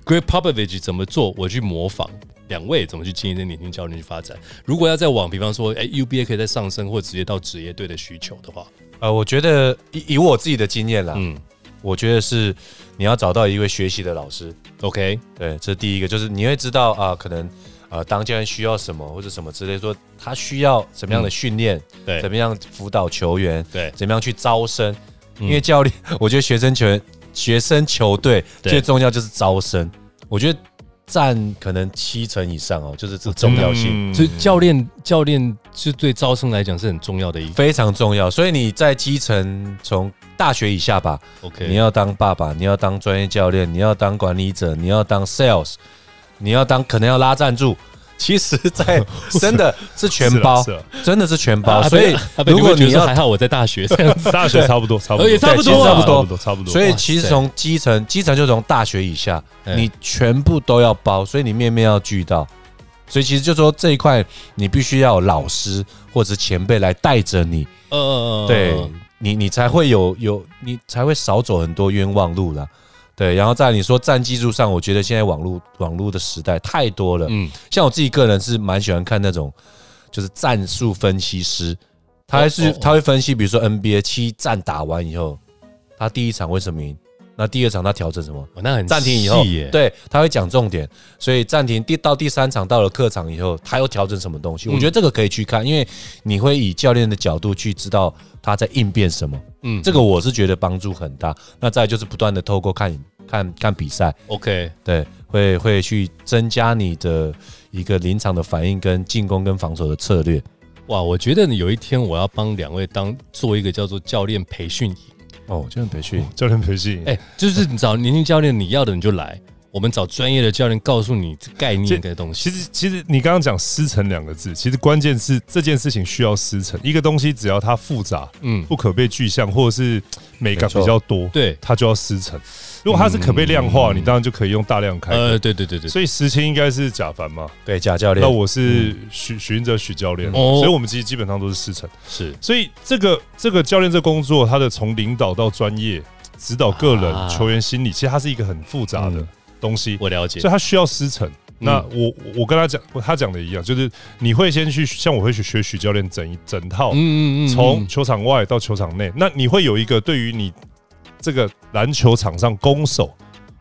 S1: Great Popovich 怎么做，我去模仿。两位怎么去经营这年轻教练去发展？如果要再往，比方说，哎，UBA 可以再上升，或直接到职业队的需求的话，
S3: 呃，我觉得以以我自己的经验啦，
S1: 嗯
S3: 我觉得是你要找到一位学习的老师，
S1: ，OK，
S3: 对，这是第一个，就是你会知道啊、可能呃，当教练需要什么或者什么之类，说他需要什么样的训练，
S1: 嗯对
S3: 怎么样辅导球员，
S1: 对
S3: 怎么样去招生。
S1: 嗯
S3: 因为教练， (laughs) 我觉得学生球员学生球队
S1: 对
S3: 最重要就是招生，我觉得占可能七成以上哦，就是这重要性。
S2: 嗯
S1: 所以教练教练是对招生来讲是很重要的一个
S3: 非常重要，所以你在基层，从大学以下吧，
S1: OK，
S3: 你要当爸爸，你要当专业教练，你要当管理者，你要当 sales，你要当可能要拉赞助。其实，在真的是全包
S2: 是啊是，
S3: 真的是全
S1: 啊
S3: 包。
S1: 阿
S3: 所
S1: 贝
S3: 以
S1: 阿，贝
S3: 如果
S1: 会觉得
S3: 你
S1: 说
S3: 要
S1: 还好我在大学这样子，
S2: 大学差不多，差不多
S1: 也差不
S3: 多啊
S2: 差不多，差不多。
S3: 所以
S1: 哇
S3: 其实
S1: 塞
S3: 从基层，基层就从大学以下，
S1: 嗯
S3: 你全部都要包，所以你面面要俱到。所以其实就说这一块，你必须要有老师或者是前辈来带着你，
S1: 呃呃，呃
S3: (laughs) 对你，你才会有有你才会少走很多冤枉路啦。对，然后在你说站技术上，我觉得现在网络网络的时代太多了，
S1: 嗯，
S3: 像我自己个人是蛮喜欢看那种就是战术分析师，他还
S1: 哦哦
S3: 是、
S1: 哦
S3: 他会分析，比如说 NBA 七战打完以后，他第一场为什么赢，那第二场他调整什么，
S1: 哇那很
S3: 暂停以后
S1: 细耶，
S3: 对，他会讲重点，所以暂停第到第三场到了客场以后，他又调整什么东西，我觉得这个可以去看，因为你会以教练的角度去知道他在应变什么，
S1: 嗯，
S3: 这个我是觉得帮助很大。那再来就是不断的透过看看看比赛。
S1: OK，
S3: 对，会会去增加你的一个临场的反应跟进攻跟防守的策略。
S1: 哇，我觉得有一天我要帮两位当做一个叫做教练培训营，
S3: 哦，这样培训
S2: 教练培训，
S1: 哎，就是你找年轻教练，你要的你就来，我们找专业的教练告诉你这概念的东西，
S2: 其实其实你刚刚讲师承两个字，其实关键是这件事情需要师承。一个东西只要它复杂，
S1: 嗯，
S2: 不可被具象，或者是美感
S3: 没错
S2: 比较多，
S1: 对
S2: 它就要师承。如果它是可被量化，
S3: 嗯
S2: 你当然就可以用大量开。
S1: 呃，对对对对，
S2: 所以时清应该是贾凡嘛，
S3: 对贾教练
S2: 那，我是许许云哲许教练，
S1: 嗯哦
S2: 所以我们其实基本上都是师承。
S1: 是
S2: 所以这个这个教练这工作，他的从领导到专业指导个人、
S1: 啊
S2: 球员心理，其实它是一个很复杂的
S3: 嗯
S2: 东西。
S1: 我了解嗯
S2: 所以，他需要师承。那我我跟他讲，他讲的一样，就是你会先去像我会去学许教练整一整套，
S1: 嗯嗯嗯
S2: 从
S1: 嗯
S2: 球场外到球场内，那你会有一个对于你这个篮球场上攻守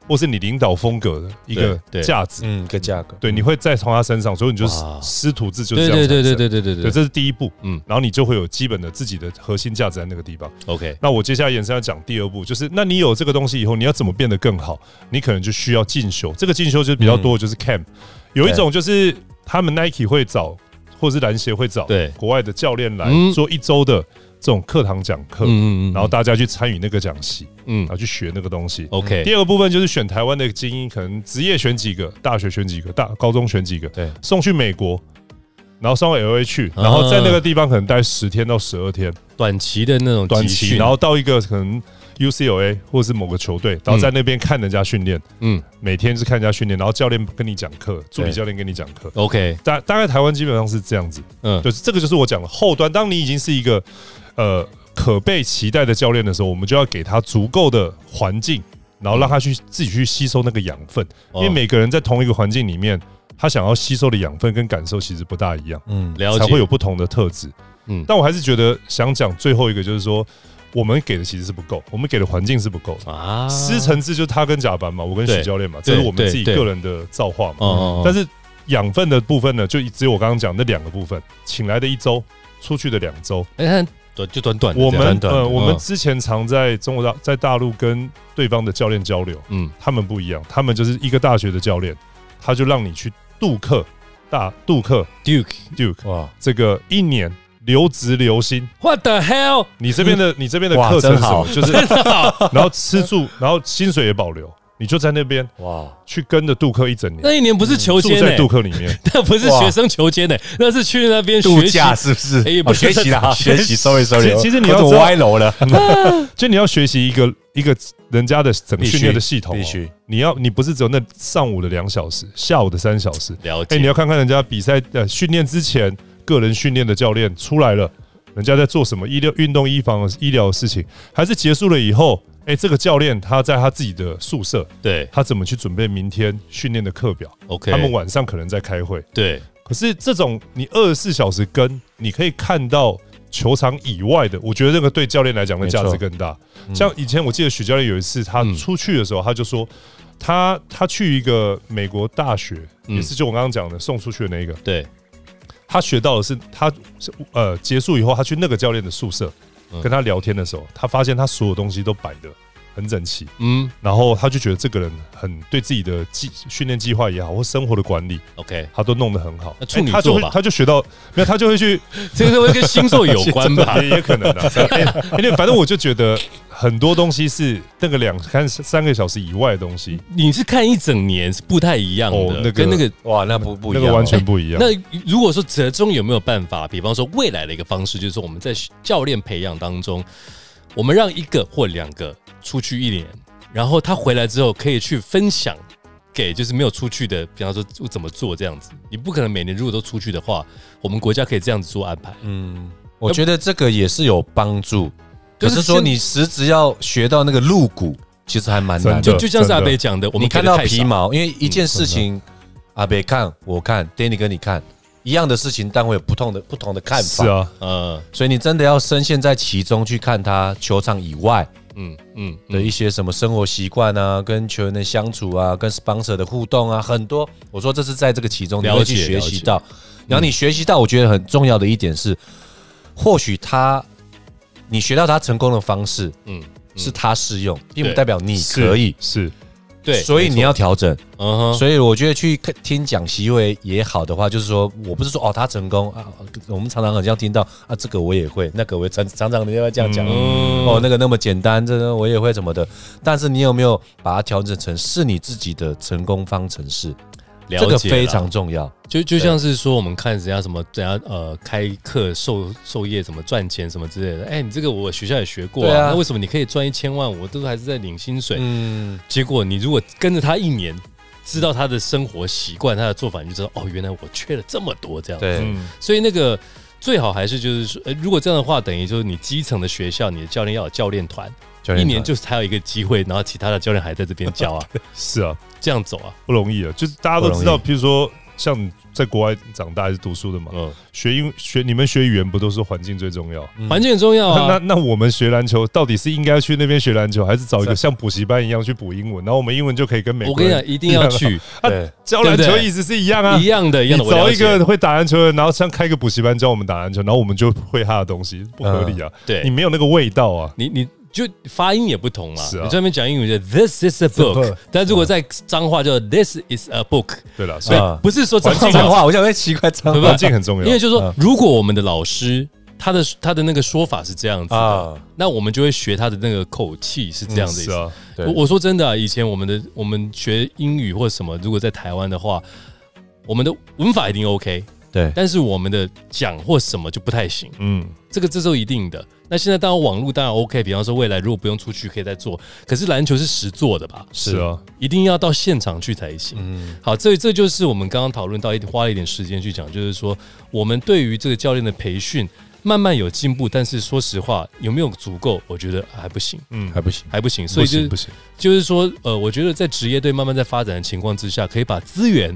S2: 或是你领导风格的一个
S1: 对对
S2: 价值，
S3: 嗯，个价格，
S2: 对，你会再从他身上，所以你就是
S1: 哇
S2: 师徒制就
S1: 对
S2: 是这样
S1: 对对
S2: 产生
S1: 对对对对
S2: 对，这是第一步，
S1: 嗯
S2: 嗯，然后你就会有基本的自己的核心价值在那个地方。
S1: ，OK，
S2: 那我接下来延伸要讲第二步，就是那你有这个东西以后，你要怎么变得更好？你可能就需要进修，这个进修就是
S1: 嗯
S2: 比较多，就是 camp，有一种就是他们 Nike 会找，或是篮协会找
S1: 对
S2: 国外的教练来
S1: 嗯
S2: 做一周的这种课堂讲课，
S1: 嗯嗯嗯
S2: 然后大家去参与那个讲习，
S1: 嗯
S2: 然后去学那个东西。
S1: ，OK，
S2: 第二个部分就是选台湾的精英，可能职业选几个，大学选几个，大高中选几个，
S3: 对，
S2: 送去美国，然后送到 LA 去，然后
S3: 嗯
S2: 在那个地方可能待十天到十二天，
S1: 短期的那种
S2: 短
S1: 集
S2: 期，
S1: 训
S2: 然后到一个可能 UCLA 或是某个球队，然后在那边看人家训练，
S1: 嗯
S2: 每天是看人家训练，然后教练跟你讲课，助理
S3: 对
S2: 教练跟你讲课。
S1: ，OK，
S2: 大大概台湾基本上是这样子，
S1: 嗯，
S2: 就是这个就是我讲的后端。当你已经是一个呃可被期待的教练的时候，我们就要给他足够的环境，然后让他去自己去吸收那个养分，因为
S1: 嗯哦
S2: 每个人在同一个环境里面，他想要吸收的养分跟感受其实不大一样。
S3: 嗯，
S1: 了
S2: 才
S1: 解
S2: 会有不同的特质。
S1: 嗯
S2: 嗯，但我还是觉得想讲最后一个，就是说我们给的其实是不够，我们给的环境是不够的。
S1: 啊，
S2: 师承制就是他跟贾班嘛，我跟
S1: 对
S2: 许教练嘛，
S1: 对
S2: 这是我们自己
S1: 对对
S2: 个人的造化嘛。
S1: 哦，
S2: 但
S1: 是
S2: 是养分的部分呢，就只有我刚刚讲那两个部分，请来的一周，出去的两周。
S1: 哎，看短就短短的这
S2: 我
S1: 样，
S2: 们
S3: 短短的
S2: 呃，我
S1: 嗯
S2: 们之前常在中国大在大陆跟对方的教练交流，
S1: 嗯
S2: 他们不一样，他们就是一个大学的教练，他就让你去杜克大杜克
S1: ，Duke。
S2: Duke
S3: 哇
S2: 这个一年留职留薪，
S1: What the hell？
S2: 你这边的你这边
S3: 嗯
S2: 的
S3: 哇
S2: 课程
S3: 真
S2: 是什么
S3: 好
S2: 就是
S3: (laughs)
S2: 然后吃住，然后薪水也保留，你就在那边
S3: 哇，
S2: 去跟着杜克一整年，
S1: 那一年不是求
S2: 嗯住
S1: 签
S2: 在
S1: 呢
S2: 杜，克里面。
S1: 那不是学生求签呢，欸那是去那边
S3: (laughs) 度
S1: 学习。
S3: 假是不是？
S1: 哎也不
S3: 哦学习啦，
S1: 学
S3: (laughs) 学
S1: 习
S3: 习，sorry sorry，哦
S2: 其实其实你
S3: 我
S2: 要
S3: 怎么
S2: 知道
S3: 歪楼了？
S2: 就你要学习一个一个人家的整个
S3: 必须
S2: 训练的系统哦、
S3: 必须
S2: 你要你不是只有那上午的两小时，下午的三小时，
S1: 了
S2: 哎、
S1: 解，
S2: 你要看看人家比赛呃训练之前，个人训练的教练出来了，人家在做什么医疗运动医防医疗的事情，还是结束了以后，哎、这个教练他在他自己的宿舍，
S1: 对
S2: 他怎么去准备明天训练的课表？
S1: ，OK，
S2: 他们晚上可能在开会。
S1: 对
S2: 可是这种你二十四小时跟，你可以看到球场以外的，我觉得那个对教练来讲的价值更大。像以前我记得许教练有一次他
S1: 嗯
S2: 出去的时候，他就说他他去一个美国大学，
S1: 嗯
S2: 也是就我刚刚讲的送出去的那一个，
S1: 对，
S2: 他学到的是他呃结束以后，他去那个教练的宿舍，跟他聊天的时候，他发现他所有东西都摆的很整齐，
S1: 嗯
S2: 然后他就觉得这个人很对自己的计训练计划也好，或生活的管理，
S1: ，OK，
S2: 他都弄得很好。
S1: 那处女
S2: 哎他就
S1: 座
S2: 会
S1: 吧
S2: 他就学到没有，他就会去
S1: 这个会跟星座有关
S2: (laughs)
S1: 吧？
S2: 也也可能的。因为反正我就觉得很多东西是那个两看三个小时以外的东西，
S1: 你是看一整年是不太一样的，
S2: 哦那个
S1: 跟那个。
S3: (laughs) 哇，那不不一
S2: 那
S3: 样哦，
S2: 个完全不一样。
S1: 那如果说折中有没有办法？比方说未来的一个方式，就是说我们在教练培养当中，我们让一个或两个出去一年，然后他回来之后可以去分享给就是没有出去的，比方说我怎么做这样子。你不可能每年如果都出去的话，我们国家可以这样子做安排。
S3: 嗯，我觉得这个也是有帮助，
S1: 就
S3: 可
S1: 是
S3: 是说你实质要学到那个露骨，其实还蛮难
S2: 真
S1: 就
S3: 的
S2: 的。
S1: 就像是阿北讲的，我
S3: 你
S1: 们
S3: 看
S1: 给的
S3: 到
S1: 太少
S3: 皮毛，因为一件事情，阿北看，我看，Danny 跟你看一样的事情，但会有不同的不同的看法。
S2: 是，啊，
S1: 呃，
S3: 所以你真的要深陷在其中去看他球场以外
S1: 嗯嗯
S3: 的一些什么生活习惯啊，跟球员的相处啊，跟 sponsor 的互动啊，很多。我说这是在这个其中你
S1: 了
S3: 会
S1: 解嗯
S3: 去学习到，然后你学习到，我觉得很重要的一点是，或许他你学到他成功的方式
S1: 嗯，
S3: 是他适用，并不
S1: 对
S3: 代表你
S2: 是
S3: 可以，
S2: 是
S1: 对，
S3: 所以你要调整。
S1: 没错，嗯哼，
S3: 所以我觉得去看听讲席位也好的话，就是说我不是说哦他成功啊，我们常常很像听到啊这个我也会，那个我也常常常人家这样讲、
S1: 嗯
S3: 哦那个那么简单，这个我也会什么的。但是你有没有把它调整成是你自己的成功方程式？
S1: 了
S3: 这个
S1: 解
S3: 非
S1: 了
S3: 常重要。
S1: 就就像是说，我们看人家什么，人家呃开课授授业，怎么赚钱什么之类的。哎、你这个我学校也学过
S3: 对
S1: 啊，
S3: 啊
S1: 那为什么你可以赚一千万，我都还是在领薪水？
S3: 嗯，
S1: 结果你如果跟着他一年，知道他的生活习惯、他的做法，你就知道哦，原来我缺了这么多这样。，
S3: 对，
S2: 嗯，
S1: 所以那个最好还是就是说，呃，如果这样的话，等于就是你基层的学校，你的教练要有教练团，
S3: 教
S1: 一
S3: 练团
S1: 年就才有一个机会，然后其他的教练还在这边教
S3: (laughs)
S1: 啊，
S2: 是啊，
S1: 这样走啊，
S2: 不容易啊。就是大家都知道，譬如说像你在国外长大还是读书的嘛，
S1: 嗯，
S2: 学英学你们学语言不都说环境最重要？
S1: 环境很重要
S3: (laughs)
S1: 啊。
S2: 那那我们学篮球到底是应该去那边学篮球，还是找一个像补习班一样去补英文？然后我们英文就可以跟美
S1: 啊我
S2: 国
S1: 跟你
S2: 人
S1: 讲，一定要
S3: (laughs)
S1: 去
S3: 对
S2: 教啊篮
S1: 对不
S2: 球
S1: 对
S2: 意思是一样啊，
S1: 一样的，一
S2: 你
S1: 样的。我
S2: 找
S1: 了
S2: 一
S1: 解
S2: 个会打篮球的，然后像开个补习班教我们打篮球，然后我们就会他的东西，不合理啊！
S1: 嗯对
S2: 你没有那个味道啊！
S1: 你你就发音也不同嘛。
S2: 是啊
S1: 你专门讲英语的 This is a book，
S2: book
S1: 但如果在脏话叫 This is a book，
S2: 对了，
S1: 所
S2: 所以
S1: 以不是说脏
S2: 啊环境嗯
S1: 话
S3: 脏，话，我想会奇怪脏
S1: 不不
S3: 话
S2: 环境很重要。
S1: 啊因为就是说，如果我们的老师他的他的那个说法是这样子的，
S3: 啊，
S1: 那我们就会学他的那个口气是这样的意
S2: 是
S1: 思。
S2: 啊，
S3: 对
S1: 我我说真的啊，以前我们的我们学英语或什么，如果在台湾的话，我们的文法一定 OK，
S3: 对
S1: 但是我们的讲或什么就不太行。
S2: 嗯，
S1: 这个这是一定的。那现在当然网络当然 OK，比方说未来如果不用出去可以再做，可是篮球是实做的吧？
S2: 是啊，嗯
S1: 一定要到现场去才行。好，这这就是我们刚刚讨论到一花了一点时间去讲，就是说我们对于这个教练的培训慢慢有进步，但是说实话有没有足够，我觉得还不行，
S2: 嗯，
S3: 还不行，
S1: 还不行。所以就
S2: 不行
S1: 是
S2: 不行，
S1: 就是说，呃，我觉得在职业队慢慢在发展的情况之下，可以把资源，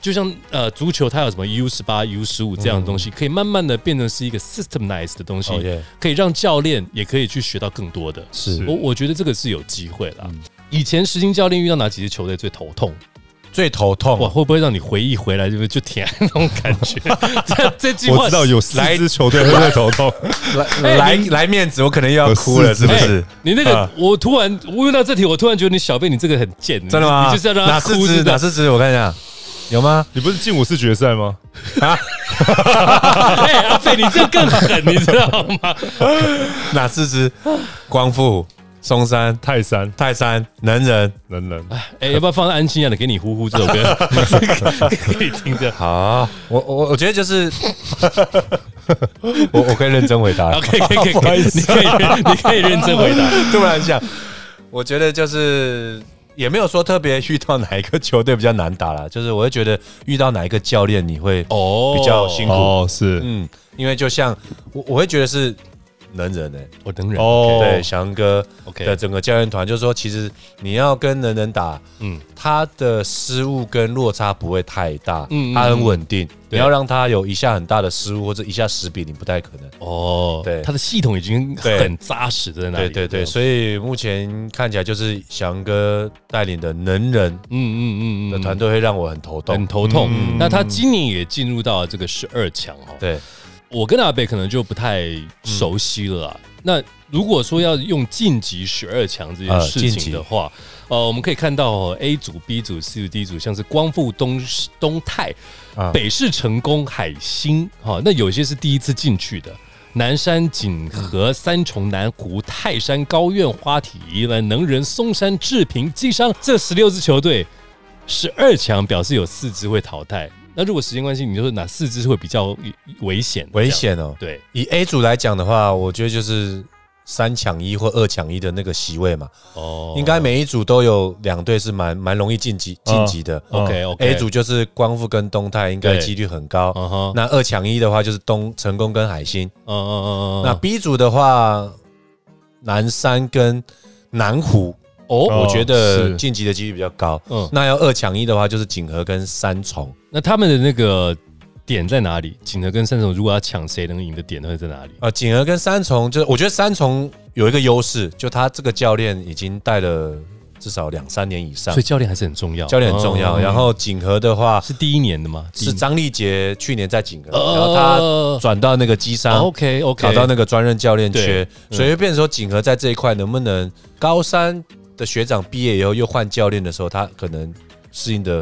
S1: 就像呃足球它有什么 U 十八、U 十五这样的东西，可以慢慢的变成是一个 systemized 的东西
S3: 嗯哦耶
S1: 可以让教练也可以去学到更多的。
S3: 是嗯
S1: 我我觉得这个是有机会啦。以前实行教练遇到哪几支球队最头痛？
S3: 哦最头痛
S1: 哇，。会不会让你回忆回来就就舔那种感
S3: (laughs)
S1: 觉？这这句话
S2: 我知道有四支球队会不会头痛，
S3: 来来来面子，我可能又要哭了，是不
S1: 哎
S3: 是？
S1: 你那个
S3: 啊，
S1: 我突然我问到这题，我突然觉得你小贝你这个很贱，
S3: 真的吗？
S1: 你就是要让他
S3: 哪四
S1: 哭
S3: 支
S1: 是
S3: 哪
S1: 的。
S3: 四支？我看一下，有吗？
S2: 你不是进五次决赛吗？
S1: (laughs) 哎，阿飞，你这更 (laughs) 狠，你知道吗？
S3: (laughs) 哪四支？光复、松山、
S2: 泰山、
S3: 泰山、能仁。
S2: 能人，
S1: 哎，要不要放安心啊的给你呼呼这首歌， (laughs) 可以听着。
S3: 好，我我我觉得就是， (laughs) 我我可以认真回 (laughs) 答。
S1: 好，可以可以 (laughs) 可以，可以你可以你可以认真回答。
S3: 突然想，我觉得就是也没有说特别遇到哪一个球队比较难打啦，就是我会觉得遇到哪一个教练你会
S1: (laughs) 哦
S3: 比较辛苦
S2: 哦，是
S3: 嗯，因为就像我我会觉得是能仁欸诶、
S1: 我能忍。
S2: 哦，
S3: 对，小杨哥
S1: OK
S3: 的整个教练团，就是说，其实你要跟人人打，
S1: 嗯
S3: 嗯，他的失误跟落差不会太大，
S1: 嗯嗯
S3: 嗯，他很稳定。你
S1: 对
S3: 要让他有一下很大的失误或者一下十比零，不太可能。
S1: 哦，
S3: 对
S1: 他的系统已经很扎实的在那里
S3: 对
S1: 了。
S3: 对对，
S1: 这样
S3: 所以目前看起来就是小杨哥带领的能人
S1: 嗯嗯嗯嗯，
S3: 的团队会让我很头
S1: 很头
S3: 痛。
S1: 痛。
S2: 嗯
S1: 那他今年也进入到这个十二强哦。
S3: 对，
S1: 我跟阿北可能就不太熟悉了啦，啊那如果说要用晋级十二强这件
S3: 呃
S1: 事
S3: 晋
S1: 情
S3: 级
S1: 的话，呃，我们可以看到、哦、A 组、B 组、C 组、D 组，像是光复东东泰、
S3: 啊
S1: 北市成功、海星，哈、那有些是第一次进去的。南山、锦和、三重、南湖、泰山、高院、花体、宜兰、能仁、松山、志平、基商，这十六支球队，十二强表示有四支会淘汰。那如果时间关系，你就说哪四支会比较危险？
S3: 危险哦。
S1: 这样，
S3: 以 A 组来讲的话，我觉得就是三抢一或二抢一的那个席位嘛，
S1: 对，哦
S3: 应该每一组都有两队是蛮蛮容易晋级晋级的。
S2: 哦
S1: OK OK
S3: A 组就是光复跟东泰，应该
S1: 对
S3: 几率很高。
S1: 嗯哼，
S3: 那二抢一的话就是东成功跟海星。
S1: 嗯嗯嗯嗯，
S3: 那 B 组的话，南山跟南湖，
S1: 哦，
S2: 哦
S3: 我觉得
S2: 是
S3: 晋级的几率比较高。
S1: 嗯，
S3: 那要二抢一的话，就是锦和跟三重。
S1: 那他们的那个点在哪里？锦和跟三重如果要抢谁能赢的点会在哪里？
S3: 啊，锦儿跟三重，就是我觉得三重有一个优势，就他这个教练已经带了至少两三年以上
S1: 所以，教哦练还是很重要，
S3: 教练很重要。
S1: 嗯
S3: 然后锦和的话
S1: 是第一年的吗？哦
S3: 是
S1: 张，
S3: 张立杰去年在锦和，然后他转到那个基商。
S1: OK OK，
S3: 考到那个专任教练缺
S1: 对，嗯
S3: 所以变成说锦和在这一块能不能高三的学长毕业以后又换教练的时候，他可能适应的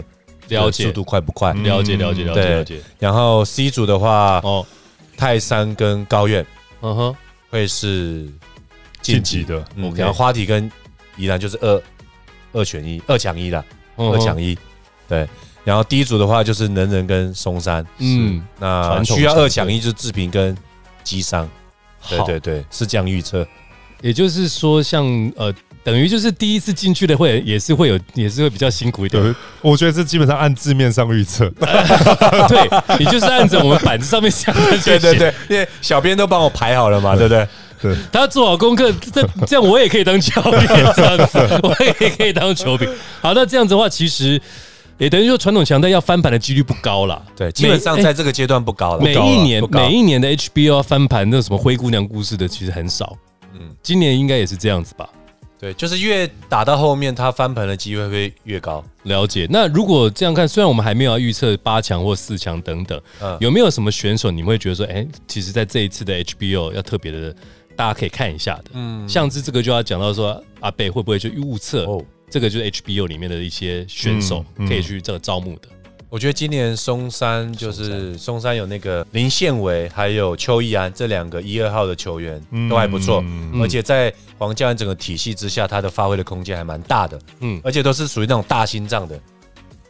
S1: 了解嗯
S3: 速度快不快？
S1: 了解了解了解
S3: 对
S1: 了解，
S3: 然后 C 组的话，
S1: 哦，
S3: 泰山跟高院
S1: 嗯哼，
S3: 会是
S2: 晋级的
S3: 嗯，
S1: OK
S3: 然后花体跟宜兰就是二二选一，二抢一啦，二抢
S1: 一，
S3: 一。对，然后第一组的话就是能仁跟松山，
S1: 嗯，
S3: 那
S1: 传统
S3: 需要
S1: 强
S3: 二抢一就是志平跟基商。对
S1: 好
S3: 对对，是这样预测。
S1: 也就是说像呃。等于就是第一次进去的会也是会有也是会比较辛苦一点，
S2: 对，我觉得这基本上按字面上预测，
S1: (laughs) 嗯对，你就是按着我们板子上面想的去 (laughs)
S3: 对对
S1: 写
S3: 对，因为小编都帮我排好了嘛，对不对？
S1: 他做好功课，这这样我也可以当教练，这样 (laughs) 子我也可以当球评。好，那这样子的话，其实也等于说传统强队要翻盘的几率不高啦。
S3: 对，基本上
S1: 每
S3: 在这个阶段不高了。
S1: 每
S3: 不高
S1: 一
S3: 了
S1: 年
S3: 不高
S1: 每一年的 HBO 要翻盘那什么灰姑娘故事的其实很少，嗯，今年应该也是这样子吧。
S3: 对，就是越打到后面，他翻盘的机会会越高。
S1: 了解。那如果这样看，虽然我们还没有要预测八强或四强等等，
S3: 嗯
S1: 有没有什么选手你们会觉得说，哎、其实在这一次的 HBO 要特别的，大家可以看一下的。嗯，像是这个就要讲到说，阿贝会不会去预测？
S3: 哦
S1: 这个就是 HBO 里面的一些选手
S2: 嗯嗯
S1: 可以去这个招募的。
S3: 我觉得今年松山就是松山有那个林宪伟，还有邱义安这两个一二号的球员
S2: 嗯
S3: 都还不错，
S2: 嗯
S3: 而且在黄教练整个体系之下，他的发挥的空间还蛮大的，
S1: 嗯，
S3: 而且都是属于那种大心脏的，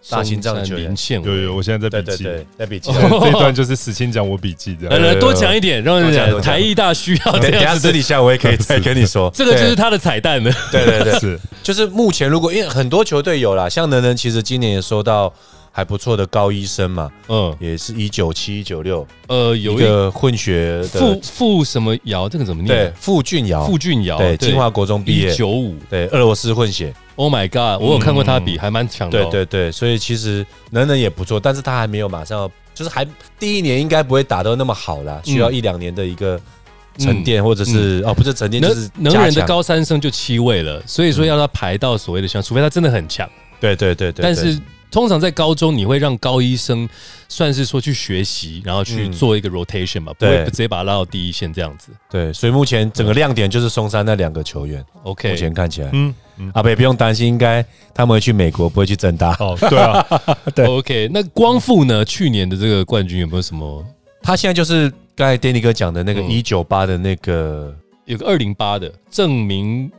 S3: 大心脏的球员
S1: 林。宪
S2: 有
S1: 伟，
S2: 有，我现在
S3: 对
S2: 在笔
S3: 对
S2: 记，
S3: 对，那 (laughs) 笔记。
S2: 对这一段就是史清讲我笔记这
S1: 来
S2: 样，
S1: 来多讲一点，让人
S3: 多讲
S1: 家
S3: 多讲
S1: 台艺大需要
S3: 等
S1: 这
S3: 等下
S1: 样
S3: 私
S1: 子的。
S3: 底下我也 (laughs) 可以再跟你说，
S1: 这个就是
S3: 对
S1: 他的彩蛋了。
S3: 对对对，
S2: 是
S3: 就是目前如果因为很多球队有啦，像能能其实今年也收到还不错的高医生嘛，
S1: (laughs) 嗯，
S3: 也是一九七一九六，
S1: 呃，
S3: 一
S1: 有一个
S3: 个混血
S1: 傅
S3: 的，
S1: 傅什么尧，这个怎么
S3: 对
S1: 念？
S3: 傅俊尧，
S1: 傅俊尧，
S3: 对，清华国中毕
S1: 一
S3: 业，
S1: 九五。
S3: 对，俄罗斯混血，
S1: Oh my god！我有看过他比，还蛮强的、
S3: 对
S1: 哦。
S3: 嗯对对，所以其实能能也不错，但是他还没有马上要，就是还第一年应该不会打到那么好
S1: 嗯
S3: 啦，需要一两年的一个沉淀，或者是哦，不是沉淀，就是
S1: 能能人
S3: 加
S1: 的
S3: 强，
S1: 高三生就七位了，所以说要他排到所谓的像，除非他真的很强。
S3: 对对对嗯对，
S1: 但
S3: 对
S1: 是通常在高中，你会让高一生算是说去学习，然后去
S3: 嗯
S1: 做一个 rotation 嘛，不
S3: 对
S1: 会直接把他拉到第一线这样子。
S3: 对，所以目前整个亮点就是松山那两个球员，目
S1: OK，
S3: 前看起来，
S2: 嗯。
S3: 阿啊北不用担心，应该他们会去美国，不会去正大。
S2: 哦，对啊，
S1: OK，那光复呢？去年的这个冠军有没有什么？
S3: 他现在就是刚才 Danny 哥讲的那个
S1: 嗯
S3: 一九八的那个
S1: 有个二零八的证明，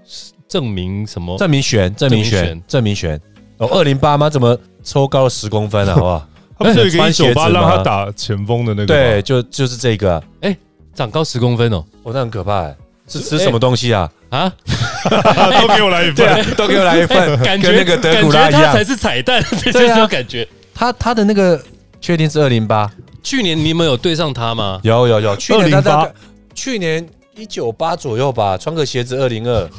S1: 证明什么？
S3: 郑明璇，哦郑明璇，郑明璇，哦，二零八吗？怎么抽高了十公 (laughs) 分啊？好不好？
S2: 他不是有一
S3: 哎
S2: 个
S3: 穿
S2: 一
S3: 鞋
S2: 九
S3: 子
S2: 八
S3: 吗
S2: 让他打前锋的那个？
S3: 对，，就就是这个啊，
S1: 长高十公分哦！
S3: 我、哦、那很可怕、欸，是吃什么东西啊？
S1: 啊，
S2: (laughs) 都给我来一
S3: (laughs) 对啊
S2: 份。，
S3: (laughs) 都给我来一份， (laughs)
S1: 哎 (laughs) 感觉
S3: 跟那个德
S1: 感
S3: 古
S1: 觉
S3: 拉一
S1: 他
S3: 样
S1: 才。是彩蛋， (laughs) 这就
S3: 对
S1: 是
S3: 啊
S1: 有感觉。
S3: 他他的那个确定是二零八，
S1: 去年你们有对上他吗？
S3: 有有有，去年他
S2: 208
S3: 大概去年一九八左右吧，穿个鞋子二零二，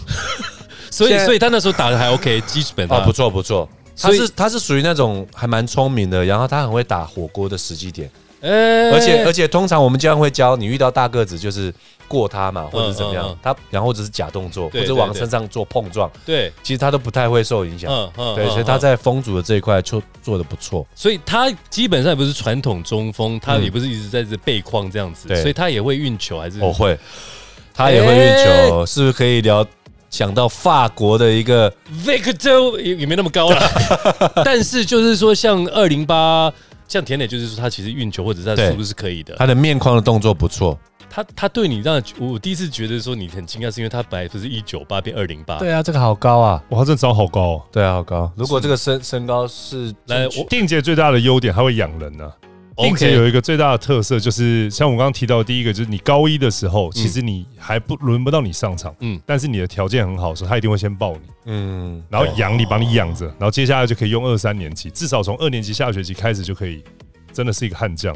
S1: 所以
S3: 现在
S1: 所以他那时候打的还 OK，基本
S3: 哦，
S1: 啊
S3: 不错不错。他
S1: 所以
S3: 是他是属于那种还蛮聪明的，然后他很会打火锅的时机点，
S1: 哎
S3: 而且而且通常我们教练会教你遇到大个子就是过他嘛，或者是怎么
S1: 嗯嗯
S3: 样
S1: 嗯，
S3: 他然后或者是假动作，
S1: 对
S3: 或者
S1: 对
S3: 往
S1: 对
S3: 身上做碰撞，
S1: 对，
S3: 其实他都不太会受影响。
S1: 嗯嗯
S3: 对，
S1: 嗯
S3: 所以他
S1: 嗯
S3: 在风阻的这一块就做的不错。
S1: 所以他基本上也不是传统中锋，他
S3: 嗯
S1: 也不是一直在这背框这样子，
S3: 对
S1: 所以他也会运球还是
S3: 哦
S1: 哎
S3: 我会，他也会运球，是不是可以聊讲到法国的一个
S1: Victor 也也没那么
S3: (laughs)
S1: 高了，但是就是说，像二零八，像田磊，就是说他其实运球或者是他
S3: 对
S1: 速度是可以的。
S3: 他的面框的动作不错？
S1: 他他对你让我我第一次觉得说你很惊讶，是因为他本来不是一九八变二零八。
S3: 对啊，这个好高啊！
S2: 哇，他真的长好高、哦。
S3: 对啊，好高。如果这个身身高是
S1: 来
S3: 正确
S1: 我
S2: 定姐最大的优点，它会养人啊。定姐
S1: OK，
S2: 有一个最大的特色，就是像我刚刚提到，的第一个就是你高一的时
S3: 嗯
S2: 候，其实你还不轮不到你上场，
S1: 嗯
S2: 嗯，但是你的条件很好的时候，他一定会先抱你，
S3: 嗯，
S2: 然后养你，把你养着，
S3: 哦
S2: 然后接下来就可以用二三年级，至少从二年级下学期开始就可以，真的是一个悍将。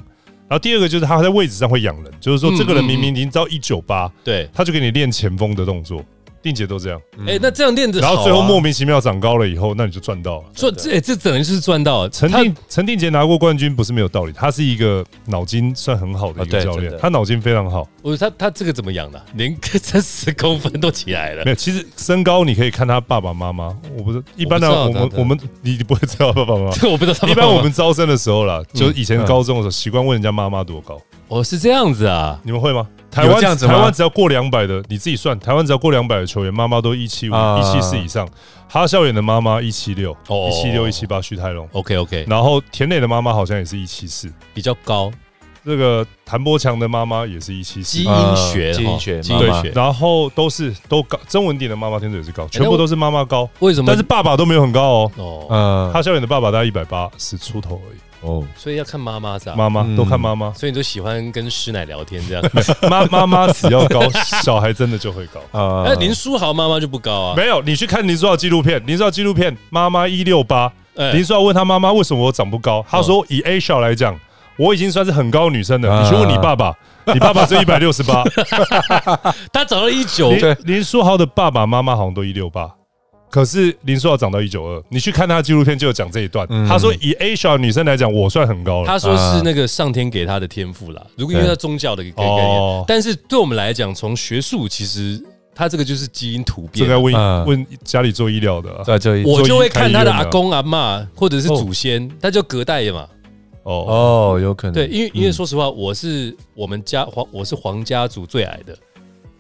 S2: 然后第二个就是他在位置上会养人，就是说
S1: 嗯
S2: 这个人
S1: 嗯
S2: 明明已经到一九八，
S1: 对，
S2: 他就给你练前锋的动作，定姐都这样，
S3: 嗯
S1: 哎，那这样练的，
S2: 然后最后莫名其妙长高了以后，那你就赚到了。
S1: 赚这哎这等于是赚到了
S2: 陈
S1: 他
S2: 定陈定杰拿过冠军不是没有道理，他是一个脑筋算很好的一
S3: 啊对
S2: 个教练
S3: 真，的
S2: 他脑筋非常好。
S1: 我他他这个怎么养的啊？连 (laughs) 个这十公分都起来了
S2: 没。有，其实身高你可以看他爸爸妈妈，我不是一般的
S1: 我
S2: 我
S1: 不知道
S2: 们
S1: 他
S2: 我们你你不会知道爸爸妈妈。 (laughs)
S1: 这个我不知道他爸
S2: 一
S1: 爸
S2: 般
S1: 妈妈。
S2: 我们招生的时候啦，就是以前
S3: 嗯
S2: 高中的时候习惯问人家妈妈多高，
S1: 哦是这样子啊，
S2: 你们会吗？台湾
S3: 这样子吗
S2: 台湾只要过两百的，你自己算，台湾只要过两百的球员，妈妈都一七五、
S3: 啊
S2: 一七四以上。哈校园的妈妈一七六、
S1: 哦
S2: 一七六、一七八，徐泰龙。
S1: OK OK，
S2: 然后田磊的妈妈好像也是一七四，
S1: 比较高，
S2: 这个谭柏强的妈妈也是一七四
S1: 基。因
S3: 呃
S2: 啊
S1: 学，
S3: 基因
S1: 哦
S3: 学
S1: 基因
S3: 妈妈
S1: 学。
S2: 然后都是都高，曾文鼎的妈妈天准也是高，全
S1: 那
S2: 部
S1: 我
S2: 都是妈妈高，
S1: 为什么？
S2: 但是爸爸都没有很高哦。
S1: 哦，
S3: 嗯，
S2: 他校园的爸爸大概一百八十出头而已，
S3: 哦，
S1: 所以要看妈妈是吧？
S2: 妈妈
S3: 嗯
S2: 都看妈妈，
S1: 所以你就喜欢跟师奶聊天
S2: (laughs)
S1: 这样。
S2: 妈妈妈只要高， (laughs) 小孩真的就会高。
S3: 啊
S1: 哎，林书豪妈妈就不高啊。
S2: 没有，你去看林书豪纪录片，林书豪纪录片妈妈一六八，
S1: 哎
S2: 林书豪问他妈妈为什么我长不高，他说以 A 校来讲。我已经算是很高的女生了，
S3: 啊
S2: 你去问你爸爸，你爸爸只有一百六十八，
S1: 他长到一九，
S2: 林林书豪的爸爸妈妈好像都一六八，可是林书豪长到一九二。你去看他的纪录片就有讲这一段，
S3: 嗯
S2: 他说以 A 小女生来讲，我算很高了。
S1: 他说是那个上天给他的天赋啦。如果因为他宗教的一个概念
S2: 哦，
S1: 但是对我们来讲，从学术其实他这个就是基因突
S2: 这
S1: 变
S2: 个。问
S3: 嗯
S2: 问家里做医疗的啊
S3: 在这里
S1: 我就会看他的
S2: 做医
S1: 阿
S2: 院的
S1: 公阿妈或者是祖先，他就隔代嘛。
S2: 哦，
S3: 哦，有可能
S1: 对，因为
S2: 嗯
S1: 因为说实话，我是我们家皇，我是皇家族最矮的。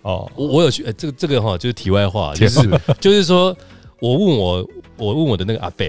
S2: 哦，
S1: 我我有去，呃、这个这个哈，就是题外
S2: (laughs)
S1: 话，就
S2: 也
S1: 是
S2: 是
S1: 就是说，我问我我问我的那个阿伯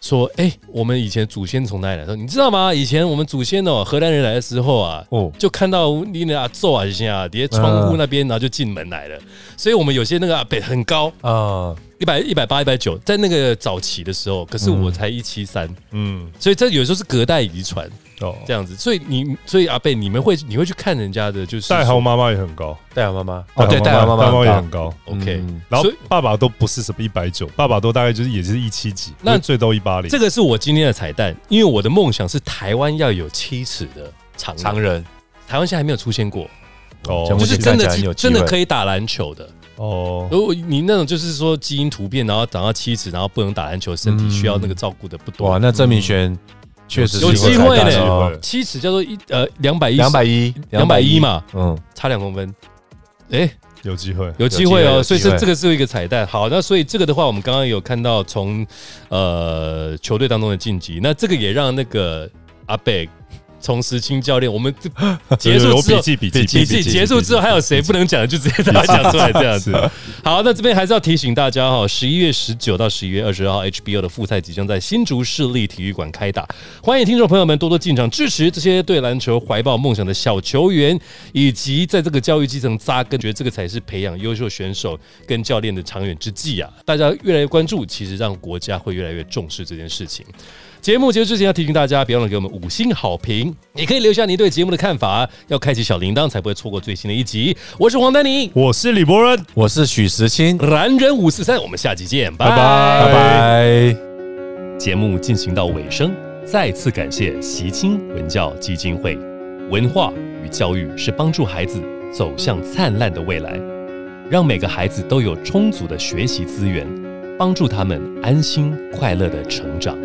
S1: 说，哎、我们以前祖先从哪里来？说你知道吗？以前我们祖先哦，荷兰人来的时候啊，
S3: 哦
S1: 就看到你那阿祖啊，现啊，底下窗户那边，然后就进门来了。所以我们有些那个阿伯很高，
S3: 啊，
S1: 一百一百八、一百九，在那个早期的时候，可是我才一七三，
S2: 嗯，
S1: 所以这有时候是隔代遗传
S2: 哦，
S1: 这样子。所以你，所以阿贝，你们会你会去看人家的，就是
S2: 戴豪妈妈也很高，
S3: 戴尔妈妈哦，对，戴
S2: 戴
S3: 尔
S2: 豪
S3: 妈
S2: 妈妈戴豪
S3: 妈
S2: 也很高。
S1: OK，、
S3: 嗯
S2: 然后
S1: 所以
S2: 爸爸都不是什么一百九，爸爸都大概就是也就是一七几，
S1: 那
S2: 那最多一八零
S1: 这。个是我今天的彩蛋，因为我的梦想是台湾要有七尺的长人
S3: 常人
S1: 台湾现在还没有出现过，
S2: 哦
S3: 全部
S1: 就
S3: 目
S1: 是
S3: 前
S1: 真的
S3: 看起来很有机
S1: 真
S3: 会
S1: 的可以打篮球的。
S2: 哦，
S1: 如果你那种就是说基因突变，然后长到七尺，然后不能打篮球，身体需要那个照顾的不多。
S3: 哇，那郑明轩确实是
S1: 有机会
S2: 有机
S1: 呢
S2: 会，
S1: 七尺叫做一呃两百一
S3: 哦两百一
S1: 两百一，嘛，
S3: 嗯，
S1: 差两公分。哎，
S2: 有机会。
S1: 有机会哦，
S3: 有机会
S1: 所以
S3: 有机
S1: 这
S3: 会
S1: 这个是一个彩蛋。好，那所以这个的话，我们刚刚有看到从呃球队当中的晋级，那这个也让那个阿贝从石青教练，我们这结束
S2: 有
S1: 之
S2: 笔
S1: 后。
S2: 记笔记
S1: 笔记结束之后，还有谁不能讲的，就直接把它讲出来，这样子。好，那这边还是要提醒大家哈，十一月十九到十一月二十号，HBO 的复赛即将在新竹市立体育馆开打，欢迎听众朋友们多多进场支持这些对篮球怀抱梦想的小球员，以及在这个教育基层扎根，觉得这个才是培养优秀选手跟教练的长远之计啊！大家越来越关注，其实让国家会越来越重视这件事情。节目结束之前要提醒大家，别忘了给我们五星好评，也可以留下您对节目的看法，要开启小铃铛才不会错过最新的一集。我是黄丹妮，
S2: 我是李博仁，
S3: 我是许时清，
S1: 男人五四三，我们下集见，拜
S2: 拜
S1: 拜。
S3: 拜拜。
S1: 节目进行到尾声，再次感谢习清文教基金会。文化与教育是帮助孩子走向灿烂的未来，让每个孩子都有充足的学习资源，帮助他们安心快乐的成长。